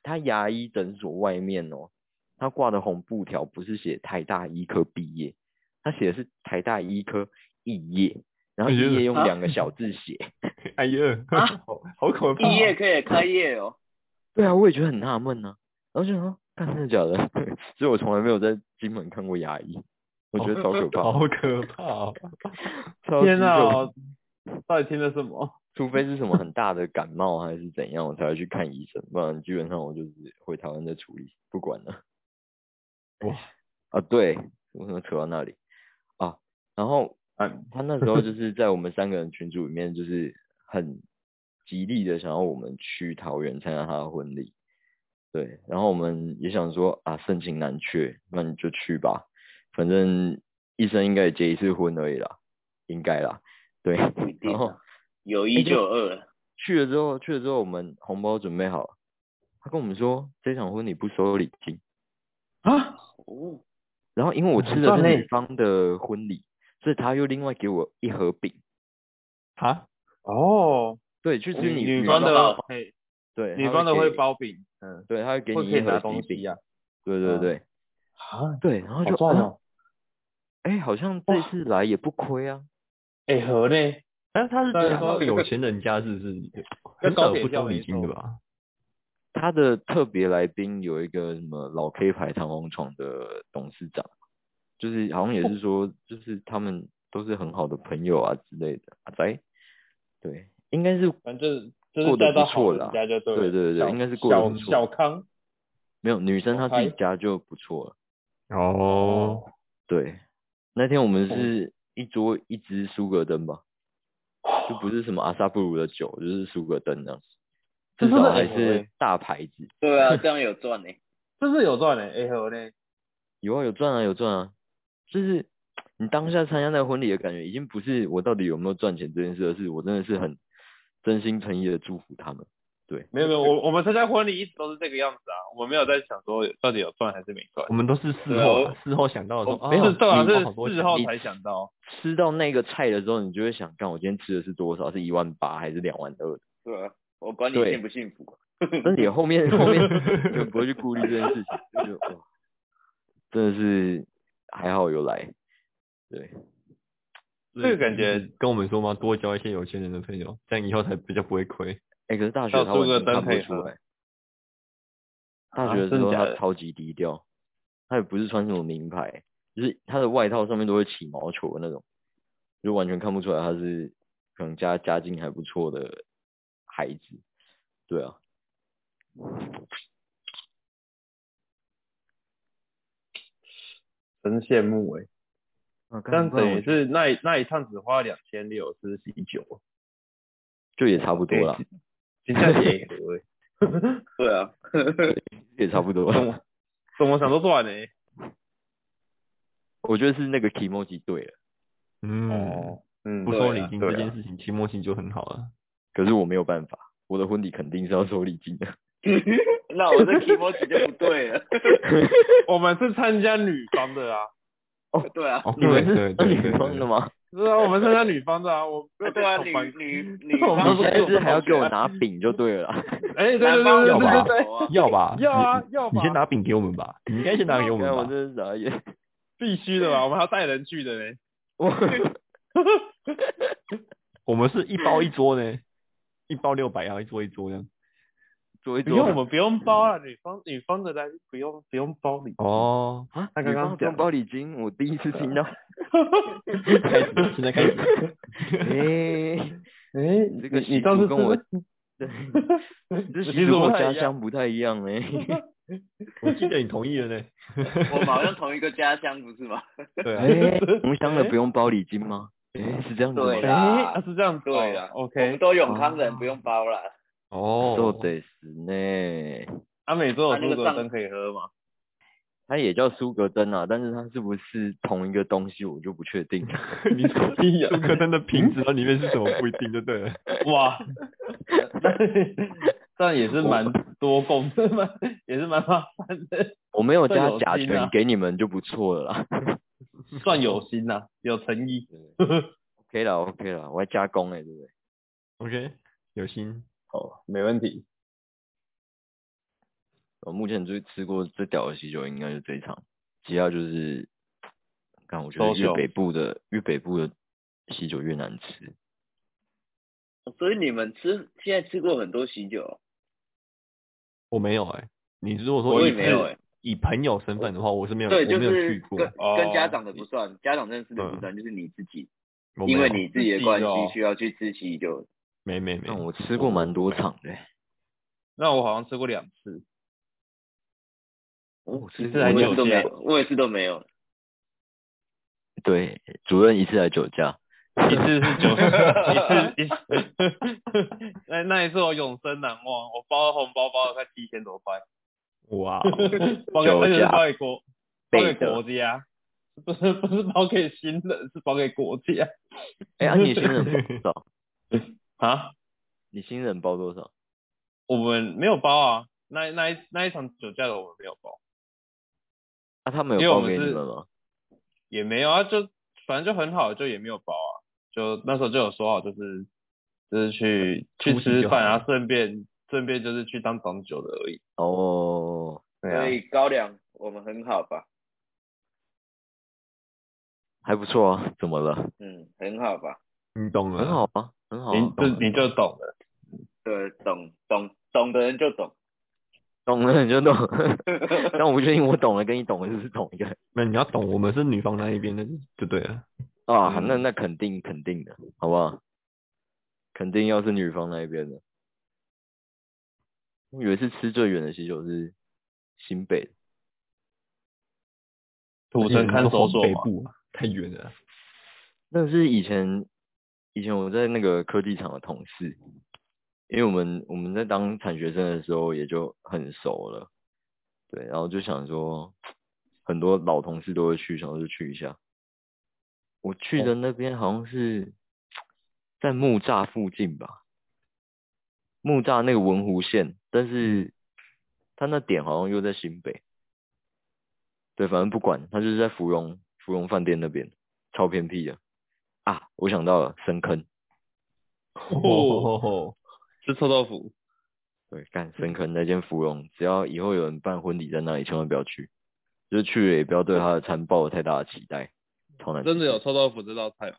[SPEAKER 2] 他牙医诊所外面哦，他挂的红布条不是写台大医科毕业，他写的是台大医科肄业，然后
[SPEAKER 3] 哎呦
[SPEAKER 2] 肄业用
[SPEAKER 4] 啊
[SPEAKER 2] 两个小字 写。
[SPEAKER 3] 哎呀，
[SPEAKER 4] 啊
[SPEAKER 3] 好好可怕、
[SPEAKER 4] 毕业可以开业哦，
[SPEAKER 2] 对啊，我也觉得很纳闷呢。然后就想说，看真的假的？ 所以我从来没有在金门看过牙医，我觉得超可怕，
[SPEAKER 3] 好可怕、哦！
[SPEAKER 2] 超
[SPEAKER 1] 天
[SPEAKER 2] 哪、哦
[SPEAKER 1] 哪，到底听了什么？
[SPEAKER 2] 除非是什么很大的感冒还是怎样，我才会去看医生，不然基本上我就是回台湾再处理，不管了。
[SPEAKER 3] 哇
[SPEAKER 2] 啊，对，为什么扯到那里啊？然后
[SPEAKER 4] 啊
[SPEAKER 1] 嗯，
[SPEAKER 2] 他那时候就是在我们三个人群组里面，就是很极力的想要我们去桃园参加他的婚礼。对，然后我们也想说啊，盛情难却，那你就去吧，反正一生应该也结一次婚而已啦，应该啦。对，
[SPEAKER 4] 不一定
[SPEAKER 2] 然
[SPEAKER 4] 啊
[SPEAKER 1] 哦
[SPEAKER 2] 后
[SPEAKER 4] 有一就有二了，
[SPEAKER 2] 去了之后，去了之后我们红包准备好了，他跟我们说这场婚礼不收礼金，
[SPEAKER 1] 啊，
[SPEAKER 4] 哦，
[SPEAKER 2] 然后因为我吃的
[SPEAKER 1] 哦赚
[SPEAKER 2] 是
[SPEAKER 1] 嘞
[SPEAKER 2] 女方的婚礼，所以他又另外给我一盒饼。
[SPEAKER 3] 啊，
[SPEAKER 1] 哦，
[SPEAKER 2] 对，去吃
[SPEAKER 1] 女
[SPEAKER 2] 女
[SPEAKER 1] 女方的
[SPEAKER 4] 包
[SPEAKER 1] 会，
[SPEAKER 2] 对，
[SPEAKER 1] 女
[SPEAKER 2] 他
[SPEAKER 1] 方的会
[SPEAKER 2] 给，
[SPEAKER 1] 包饼，嗯，
[SPEAKER 2] 对，他会给
[SPEAKER 1] 会
[SPEAKER 2] 你
[SPEAKER 1] 可以
[SPEAKER 2] 一
[SPEAKER 1] 拿
[SPEAKER 2] 盒
[SPEAKER 1] 东
[SPEAKER 2] 喜
[SPEAKER 1] 西
[SPEAKER 2] 饼，
[SPEAKER 1] 啊，
[SPEAKER 2] 对对
[SPEAKER 1] 嗯
[SPEAKER 2] 对、
[SPEAKER 1] 啊，
[SPEAKER 2] 对，然后
[SPEAKER 1] 好
[SPEAKER 2] 就
[SPEAKER 1] 赚
[SPEAKER 2] 啊
[SPEAKER 1] 哦，
[SPEAKER 2] 哎、好像这
[SPEAKER 1] 哇
[SPEAKER 2] 次来也不亏啊，
[SPEAKER 1] 哎，盒呢？
[SPEAKER 3] 但是他是
[SPEAKER 1] 当然
[SPEAKER 3] 嫁到
[SPEAKER 1] 说
[SPEAKER 3] 有钱人家，是不是？
[SPEAKER 1] 要
[SPEAKER 3] 很
[SPEAKER 1] 高
[SPEAKER 3] 少
[SPEAKER 1] 铁
[SPEAKER 3] 不
[SPEAKER 1] 票
[SPEAKER 3] 收
[SPEAKER 1] 没
[SPEAKER 3] 礼金的
[SPEAKER 1] 错
[SPEAKER 3] 吧？
[SPEAKER 2] 他的特别来宾有一个什么老 K 牌弹簧床的董事长，就是好像也是说，就是他们都是很好的朋友啊之类的，阿仔，对，应该是
[SPEAKER 1] 反正就是
[SPEAKER 2] 过得
[SPEAKER 1] 带到
[SPEAKER 2] 不
[SPEAKER 1] 好
[SPEAKER 2] 错
[SPEAKER 1] 人
[SPEAKER 2] 啦
[SPEAKER 1] 家就对了
[SPEAKER 2] 对对对
[SPEAKER 1] 小
[SPEAKER 2] 应该是过得
[SPEAKER 1] 小
[SPEAKER 2] 不错
[SPEAKER 1] 小康
[SPEAKER 2] 没有女生她自己
[SPEAKER 1] OK
[SPEAKER 2] 家就不错了。
[SPEAKER 3] 哦，
[SPEAKER 2] 对，那天我们
[SPEAKER 1] 哦
[SPEAKER 2] 是一桌一支苏格登吧，就不是什么阿萨布鲁的酒，就是苏格登那样，
[SPEAKER 1] 这
[SPEAKER 2] 至
[SPEAKER 1] 真的
[SPEAKER 2] 少
[SPEAKER 1] 很
[SPEAKER 2] 还
[SPEAKER 1] 好
[SPEAKER 2] 是
[SPEAKER 1] 欸
[SPEAKER 2] 大牌子。
[SPEAKER 4] 对 啊，这样有赚呢，
[SPEAKER 1] 这是有赚的，哎盒呢？
[SPEAKER 2] 有啊，有赚啊，有赚啊，就是你当下参加那个婚礼的感觉，已经不是我到底有没有赚钱这件事，而是我真的是很真心诚意的祝福他们。对，
[SPEAKER 1] 没有没有，我我们参加婚礼一直都是这个样子啊，我们没有在想说到底有赚还是没赚
[SPEAKER 3] 我，们都是事
[SPEAKER 4] 对
[SPEAKER 3] 后
[SPEAKER 4] 我
[SPEAKER 3] 事后想到说，
[SPEAKER 1] 啊我
[SPEAKER 3] 啊
[SPEAKER 1] 没
[SPEAKER 2] 哦
[SPEAKER 1] 有，对啊，
[SPEAKER 3] 你花好多
[SPEAKER 1] 是事
[SPEAKER 3] 钱
[SPEAKER 1] 后
[SPEAKER 2] 你
[SPEAKER 1] 才想到，
[SPEAKER 2] 吃到那个菜的时候，你就会想，看我今天吃的是多少？是一万八还是两万二？
[SPEAKER 4] 对啊，我管你
[SPEAKER 2] 对
[SPEAKER 4] 幸不幸福，
[SPEAKER 2] 但是你后面后面就不会去顾虑这件事情，就觉得哇，真的是还好有来，对，
[SPEAKER 1] 这个感觉
[SPEAKER 3] 就是跟我们说吗？多交一些有钱人的朋友，这样以后才比较不会亏。
[SPEAKER 2] 哎、可是大学
[SPEAKER 1] 要
[SPEAKER 2] 他
[SPEAKER 1] 出
[SPEAKER 2] 完
[SPEAKER 1] 个
[SPEAKER 2] 全
[SPEAKER 1] 灯
[SPEAKER 2] 看
[SPEAKER 1] 可
[SPEAKER 2] 不
[SPEAKER 1] 以
[SPEAKER 2] 出
[SPEAKER 1] 喝
[SPEAKER 2] 来，大
[SPEAKER 1] 啊
[SPEAKER 2] 学的时
[SPEAKER 1] 真的
[SPEAKER 2] 候
[SPEAKER 1] 假
[SPEAKER 2] 他
[SPEAKER 1] 的
[SPEAKER 2] 超级低调，他也不是穿什么名牌，就是他的外套上面都会起毛球的那种，就完全看不出来他是可能家家境还不错的孩子，对啊，
[SPEAKER 1] 真羡慕哎，
[SPEAKER 2] 啊
[SPEAKER 1] 这样
[SPEAKER 2] 不然
[SPEAKER 1] 等
[SPEAKER 2] 我
[SPEAKER 1] 于
[SPEAKER 2] 觉得
[SPEAKER 1] 是那一那一趟只花两千六，是喜酒，啊
[SPEAKER 2] 就也差不多了，
[SPEAKER 1] 现在也合哎，
[SPEAKER 4] 对啊，
[SPEAKER 2] 也差不多
[SPEAKER 1] 怎
[SPEAKER 2] 了，
[SPEAKER 1] 么怎么想都赚欸 呢？
[SPEAKER 2] 我觉得是那个 k i m o j i 对了，
[SPEAKER 3] 嗯，
[SPEAKER 1] 哦，嗯，
[SPEAKER 3] 不收礼金
[SPEAKER 1] 对
[SPEAKER 3] 这
[SPEAKER 1] 啊
[SPEAKER 3] 件事情，期末期就很好了。
[SPEAKER 2] 可是我没有办法，我的婚礼肯定是要收礼金的。
[SPEAKER 4] 那我这 e m 就不对了，
[SPEAKER 1] 我们是参加女方的啊，
[SPEAKER 4] 对啊，
[SPEAKER 3] 哦，
[SPEAKER 2] 你们
[SPEAKER 3] 对对
[SPEAKER 2] 是
[SPEAKER 3] 对
[SPEAKER 2] 女
[SPEAKER 3] 对
[SPEAKER 2] 方的
[SPEAKER 3] 对，
[SPEAKER 2] 吗？
[SPEAKER 1] 是啊，我们参加女方的啊，我没有
[SPEAKER 4] 对 啊，
[SPEAKER 1] 在
[SPEAKER 4] 女
[SPEAKER 1] 上班
[SPEAKER 4] 女女
[SPEAKER 1] 我们
[SPEAKER 4] 方
[SPEAKER 2] 你
[SPEAKER 1] 不
[SPEAKER 2] 现在
[SPEAKER 1] 是
[SPEAKER 2] 是还要给我拿饼就对了啦。
[SPEAKER 1] 哎，对对对
[SPEAKER 4] 男
[SPEAKER 1] 对对
[SPEAKER 4] 方
[SPEAKER 3] 要吧
[SPEAKER 1] 对对，
[SPEAKER 4] 有啊，
[SPEAKER 3] 要吧？
[SPEAKER 1] 要啊
[SPEAKER 3] 你
[SPEAKER 1] 要吧
[SPEAKER 3] 你先拿饼给我们吧，你应该先拿给我们
[SPEAKER 2] 看我
[SPEAKER 3] 吧。
[SPEAKER 2] 真是傻眼。
[SPEAKER 1] 必须的吧？我们还要带人去的嘞。
[SPEAKER 2] 我
[SPEAKER 3] 我们是一包一桌呢，一包六百，然啊后一桌一桌这样。
[SPEAKER 2] 做一
[SPEAKER 1] 不用，
[SPEAKER 2] 做
[SPEAKER 1] 我们不嗯用包了，女方女方的来不用不用包礼。
[SPEAKER 3] 哦，
[SPEAKER 2] 啊，
[SPEAKER 1] 他
[SPEAKER 2] 你
[SPEAKER 1] 刚刚
[SPEAKER 2] 放
[SPEAKER 1] 讲
[SPEAKER 2] 包礼金，我第一次 听到。
[SPEAKER 3] 开始，现在开始。
[SPEAKER 2] 哎，
[SPEAKER 1] 哎、
[SPEAKER 2] 你这个
[SPEAKER 1] 你
[SPEAKER 2] 习
[SPEAKER 1] 你上次
[SPEAKER 2] 俗跟我
[SPEAKER 1] 是，
[SPEAKER 2] 对， 你这
[SPEAKER 1] 其
[SPEAKER 2] 习
[SPEAKER 1] 实
[SPEAKER 2] 俗
[SPEAKER 1] 我
[SPEAKER 2] 跟我
[SPEAKER 1] 太
[SPEAKER 2] 家
[SPEAKER 1] 一样
[SPEAKER 2] 乡不太一 样哎。
[SPEAKER 3] 我记得你同意了呢。
[SPEAKER 4] 我们好像同一个家乡，不是吗？
[SPEAKER 3] 对啊，
[SPEAKER 2] 哎， 同乡的不用包礼金吗？哎，是这样子
[SPEAKER 4] 对
[SPEAKER 1] 哎、
[SPEAKER 2] 吗？
[SPEAKER 4] 啦
[SPEAKER 1] 啊是这样子哦、
[SPEAKER 4] 对啦
[SPEAKER 1] o
[SPEAKER 4] 我们
[SPEAKER 1] k
[SPEAKER 4] 都永康人，不用 包啦。
[SPEAKER 2] 说
[SPEAKER 3] 哦，
[SPEAKER 2] 得是呢，
[SPEAKER 1] 阿美洲有
[SPEAKER 4] 啊那
[SPEAKER 1] 苏
[SPEAKER 4] 个
[SPEAKER 1] 格
[SPEAKER 4] 上
[SPEAKER 1] 真可以喝 吗？
[SPEAKER 2] 它也叫苏格登啊，但是它是不是同一个东西，我就不确定。
[SPEAKER 3] 你说
[SPEAKER 1] 屁呀
[SPEAKER 3] 苏格登的瓶
[SPEAKER 4] 嗯
[SPEAKER 3] 子，它里面是什么不一定，就对了。
[SPEAKER 1] 哇，那但也是蛮多功， 蛮也是蛮 麻烦的，
[SPEAKER 2] 我没有
[SPEAKER 1] 这
[SPEAKER 2] 加
[SPEAKER 1] 有
[SPEAKER 2] 甲
[SPEAKER 1] 心
[SPEAKER 2] 醛
[SPEAKER 1] 啊
[SPEAKER 2] 给你们就不错了 啦。
[SPEAKER 1] 算有心呐、有诚意。
[SPEAKER 2] OK 啦，OK 啦，我还加工哎、对不对？
[SPEAKER 3] OK，有心。
[SPEAKER 1] 哦，没问题。
[SPEAKER 2] 我呃目前最吃过最屌的喜酒应该是这一场，其他就是，看我觉得越
[SPEAKER 1] Social
[SPEAKER 2] 北部的越北部的喜酒越难吃。
[SPEAKER 1] 哦
[SPEAKER 4] 所以你们吃现在吃过很多喜酒，哦
[SPEAKER 3] 我没有哎、你如果
[SPEAKER 4] 我
[SPEAKER 3] 说
[SPEAKER 4] 也
[SPEAKER 3] 以
[SPEAKER 4] 没有
[SPEAKER 3] 是
[SPEAKER 4] 哎、
[SPEAKER 3] 以朋友身份的话，我是没有，
[SPEAKER 4] 对，
[SPEAKER 3] 我
[SPEAKER 4] 就
[SPEAKER 3] 没有去
[SPEAKER 4] 是
[SPEAKER 3] 过，
[SPEAKER 4] 跟
[SPEAKER 1] 哦
[SPEAKER 4] 跟家长的不算，家长认识的不算，就是你自己，
[SPEAKER 3] 我没
[SPEAKER 4] 因
[SPEAKER 3] 有
[SPEAKER 4] 为你自己的关
[SPEAKER 1] 自己哦
[SPEAKER 4] 系需要去吃喜酒。
[SPEAKER 3] 没没没
[SPEAKER 2] 但，我吃过蛮多场的、欸，
[SPEAKER 1] 那我好像吃过两次，
[SPEAKER 2] 哦，
[SPEAKER 1] 一
[SPEAKER 2] 吃
[SPEAKER 1] 次
[SPEAKER 2] 过
[SPEAKER 1] 还
[SPEAKER 4] 我
[SPEAKER 1] 是
[SPEAKER 4] 也
[SPEAKER 1] 有
[SPEAKER 4] 是都没
[SPEAKER 1] 价。
[SPEAKER 4] 有，我也是都没有。
[SPEAKER 2] 对，主任一次来酒驾，
[SPEAKER 1] 一次 是九十，一次一次，那那一次我永生难忘，我包了红包包了快七千多块，
[SPEAKER 3] 哇哦，
[SPEAKER 1] 包给而且是
[SPEAKER 2] 酒驾
[SPEAKER 1] 包给国，包
[SPEAKER 2] 背
[SPEAKER 1] 给
[SPEAKER 2] 的
[SPEAKER 1] 国家，不是不是包给新人，是包给国家
[SPEAKER 2] 哎、啊，你新人包多少？
[SPEAKER 1] 啊，
[SPEAKER 2] 你新人包多少？
[SPEAKER 1] 我们没有包啊，那那一那一场酒驾的我们没有包，
[SPEAKER 2] 啊，他们
[SPEAKER 1] 因为
[SPEAKER 2] 有
[SPEAKER 1] 我
[SPEAKER 2] 包
[SPEAKER 1] 们
[SPEAKER 2] 给你
[SPEAKER 1] 是
[SPEAKER 2] 们吗？
[SPEAKER 1] 也没有啊，就反正就很好，就也没有包啊，就那时候就有说好，就是就是去去
[SPEAKER 3] 出席
[SPEAKER 1] 吃
[SPEAKER 3] 就
[SPEAKER 1] 饭
[SPEAKER 3] 好
[SPEAKER 1] 啊，
[SPEAKER 3] 了
[SPEAKER 1] 顺便顺便就是去当挡酒的而已，
[SPEAKER 2] 哦，
[SPEAKER 1] 对
[SPEAKER 4] 所
[SPEAKER 1] 啊，
[SPEAKER 4] 以高粱我们很好吧，
[SPEAKER 2] 还不错啊，怎么了？
[SPEAKER 4] 嗯，很好吧，
[SPEAKER 3] 你懂了，
[SPEAKER 2] 很好啊，很好、
[SPEAKER 1] 你
[SPEAKER 2] 啊，
[SPEAKER 1] 就你就懂了。
[SPEAKER 4] 对，懂懂懂的人就懂。
[SPEAKER 2] 懂了你就懂。 但我不确定我懂了跟你懂的是不是同一个人
[SPEAKER 3] 那你要懂，我们是女方那一边的就对了。
[SPEAKER 2] 啊？那那肯定肯定的，好不好？肯定要是女方那一边的。我以为是吃最远的喜酒是新北的，
[SPEAKER 1] 土城看守所
[SPEAKER 3] 北
[SPEAKER 1] 嘛，
[SPEAKER 3] 部啊，太远了。
[SPEAKER 2] 那是以前以前我在那个科技厂的同事，因为我们我们在当产学生的时候也就很熟了，对，然后就想说很多老同事都会去，想说就去一下。我去的那边好像是在木栅附近吧，木栅那个文湖线，但是他那点好像又在新北，对，反正不管，他就是在芙蓉芙蓉饭店那边，超偏僻的啊！我想到了，深坑，
[SPEAKER 3] 哦，
[SPEAKER 1] 吃臭豆腐。
[SPEAKER 2] 对，干深坑那间芙蓉，只要以后有人办婚礼在那里，千万不要去，就是去了也不要对他的餐抱有太大的期待，超难吃。
[SPEAKER 1] 真的有臭豆腐这道菜吗？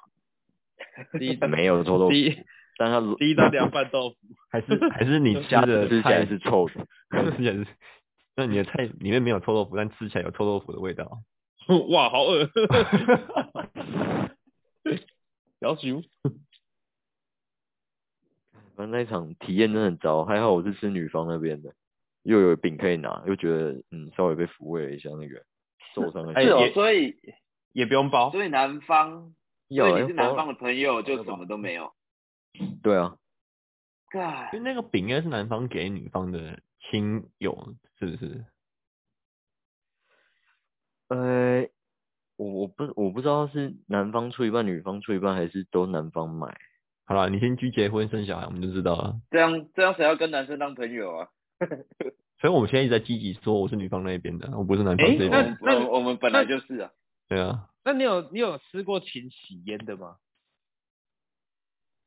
[SPEAKER 1] 第一
[SPEAKER 2] 没有臭豆腐
[SPEAKER 1] 第，一
[SPEAKER 2] 但他卤
[SPEAKER 1] 第一道凉拌豆腐，
[SPEAKER 3] 还是还是 你吃的
[SPEAKER 2] 吃起
[SPEAKER 3] 菜
[SPEAKER 2] 来是臭的。
[SPEAKER 3] 吃起来 是，那你的菜里面没有臭豆腐，但吃起来有臭豆腐的味道。
[SPEAKER 1] 哇，好饿。要求
[SPEAKER 2] 反正那一场体验真的很糟，还好我是吃女方那边的，又有饼可以拿，又觉得嗯稍微被抚慰了一下那个受伤的
[SPEAKER 1] 哎
[SPEAKER 2] 心。
[SPEAKER 4] 是哦
[SPEAKER 1] 也，哦
[SPEAKER 4] 所以
[SPEAKER 1] 也不用包，
[SPEAKER 4] 所以南方，
[SPEAKER 2] 要啊
[SPEAKER 4] 所以
[SPEAKER 2] 要
[SPEAKER 4] 你是
[SPEAKER 2] 包
[SPEAKER 4] 南方的朋友
[SPEAKER 2] 要
[SPEAKER 4] 就
[SPEAKER 2] 包
[SPEAKER 4] 什么都没有。
[SPEAKER 2] 对啊，
[SPEAKER 4] God，
[SPEAKER 3] 因为那个饼应该是男方给女方的亲友，是不是？
[SPEAKER 2] 呃，我我不我不知道是男方出一半，女方出一半，还是都男方买。
[SPEAKER 3] 好了，你先去结婚生小孩，我们就知道了。
[SPEAKER 4] 这样这样谁要跟男生当朋友啊？
[SPEAKER 3] 所以我们现在一直在积极说我是女方那一边的，啊我不是男方
[SPEAKER 1] 哎
[SPEAKER 3] 这
[SPEAKER 4] 我
[SPEAKER 1] 那
[SPEAKER 4] 们
[SPEAKER 3] 边。
[SPEAKER 4] 我们我们本来就是啊，
[SPEAKER 3] 对啊，
[SPEAKER 1] 那你有你有吃过秦喜烟的吗？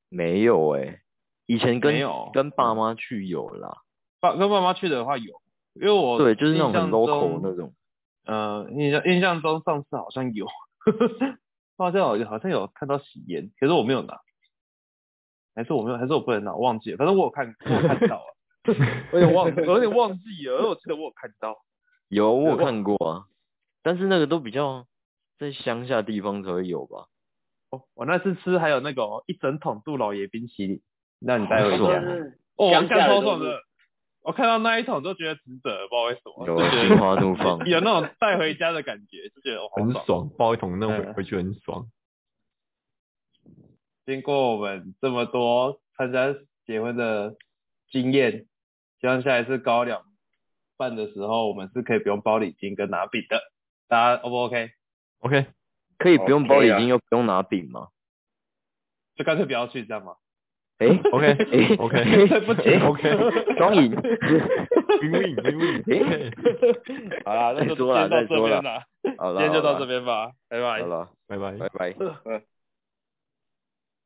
[SPEAKER 2] 没有哎、以前跟
[SPEAKER 1] 没有
[SPEAKER 2] 跟爸妈去有啦，
[SPEAKER 1] 爸跟爸妈去的话有，因为我
[SPEAKER 2] 对，就是那
[SPEAKER 1] 印
[SPEAKER 2] 种很
[SPEAKER 1] 象
[SPEAKER 2] local 那
[SPEAKER 1] 中，
[SPEAKER 2] 种，
[SPEAKER 1] 呃，印象印象中上次好像有，好像好像好像有看到喜烟，可是我没有拿，还是我没有，还是我不能拿，我忘记了，反正我有看，我有看 到啊，我有点忘，我有点忘记了，而我记得我有看到，
[SPEAKER 2] 有我有看过啊，但是那个都比较在乡下地方才会有吧。
[SPEAKER 1] 哦，我那次吃还有那个哦、一整桶杜老爷冰淇淋，那你待会
[SPEAKER 2] 好爽
[SPEAKER 1] 讲
[SPEAKER 2] 啊。
[SPEAKER 1] 哦，
[SPEAKER 4] 乡
[SPEAKER 1] 干
[SPEAKER 4] 下的
[SPEAKER 1] 超
[SPEAKER 4] 都
[SPEAKER 1] 爽
[SPEAKER 4] 是
[SPEAKER 1] 的。我看到那一桶就觉得值得，不知道为什么，
[SPEAKER 2] 有
[SPEAKER 1] 就觉
[SPEAKER 2] 心
[SPEAKER 1] 得，
[SPEAKER 2] 花怒 放
[SPEAKER 1] 有那种带回家的感觉，就觉得哦好
[SPEAKER 3] 很
[SPEAKER 1] 爽。
[SPEAKER 3] 爽，抱一桶那回
[SPEAKER 1] 嗯
[SPEAKER 3] 回去很爽。
[SPEAKER 1] 经过我们这么多参加结婚的经验，希望下一次高粱办的时候，我们是可以不用包礼金跟拿饼的。大家 O 不 OK？
[SPEAKER 3] OK，
[SPEAKER 2] 可以不用包
[SPEAKER 4] OK
[SPEAKER 2] 礼
[SPEAKER 4] 啊
[SPEAKER 2] 金又不用拿饼 吗？
[SPEAKER 1] 就干脆不要去，这样吗？
[SPEAKER 2] 哎
[SPEAKER 3] OK，
[SPEAKER 2] 哎
[SPEAKER 3] OK
[SPEAKER 1] 对不起
[SPEAKER 2] OK，双 赢，
[SPEAKER 3] win win win win，
[SPEAKER 1] 好啦，那就
[SPEAKER 2] 再
[SPEAKER 1] 今
[SPEAKER 2] 说啦
[SPEAKER 1] 天到这边啦，
[SPEAKER 2] 再说啦好
[SPEAKER 1] 今
[SPEAKER 2] 了，
[SPEAKER 1] 天就
[SPEAKER 2] 好
[SPEAKER 1] 到
[SPEAKER 2] 啦
[SPEAKER 1] 这边吧，拜拜
[SPEAKER 2] 好。了，
[SPEAKER 3] 拜拜
[SPEAKER 2] 拜。拜。
[SPEAKER 4] 嗯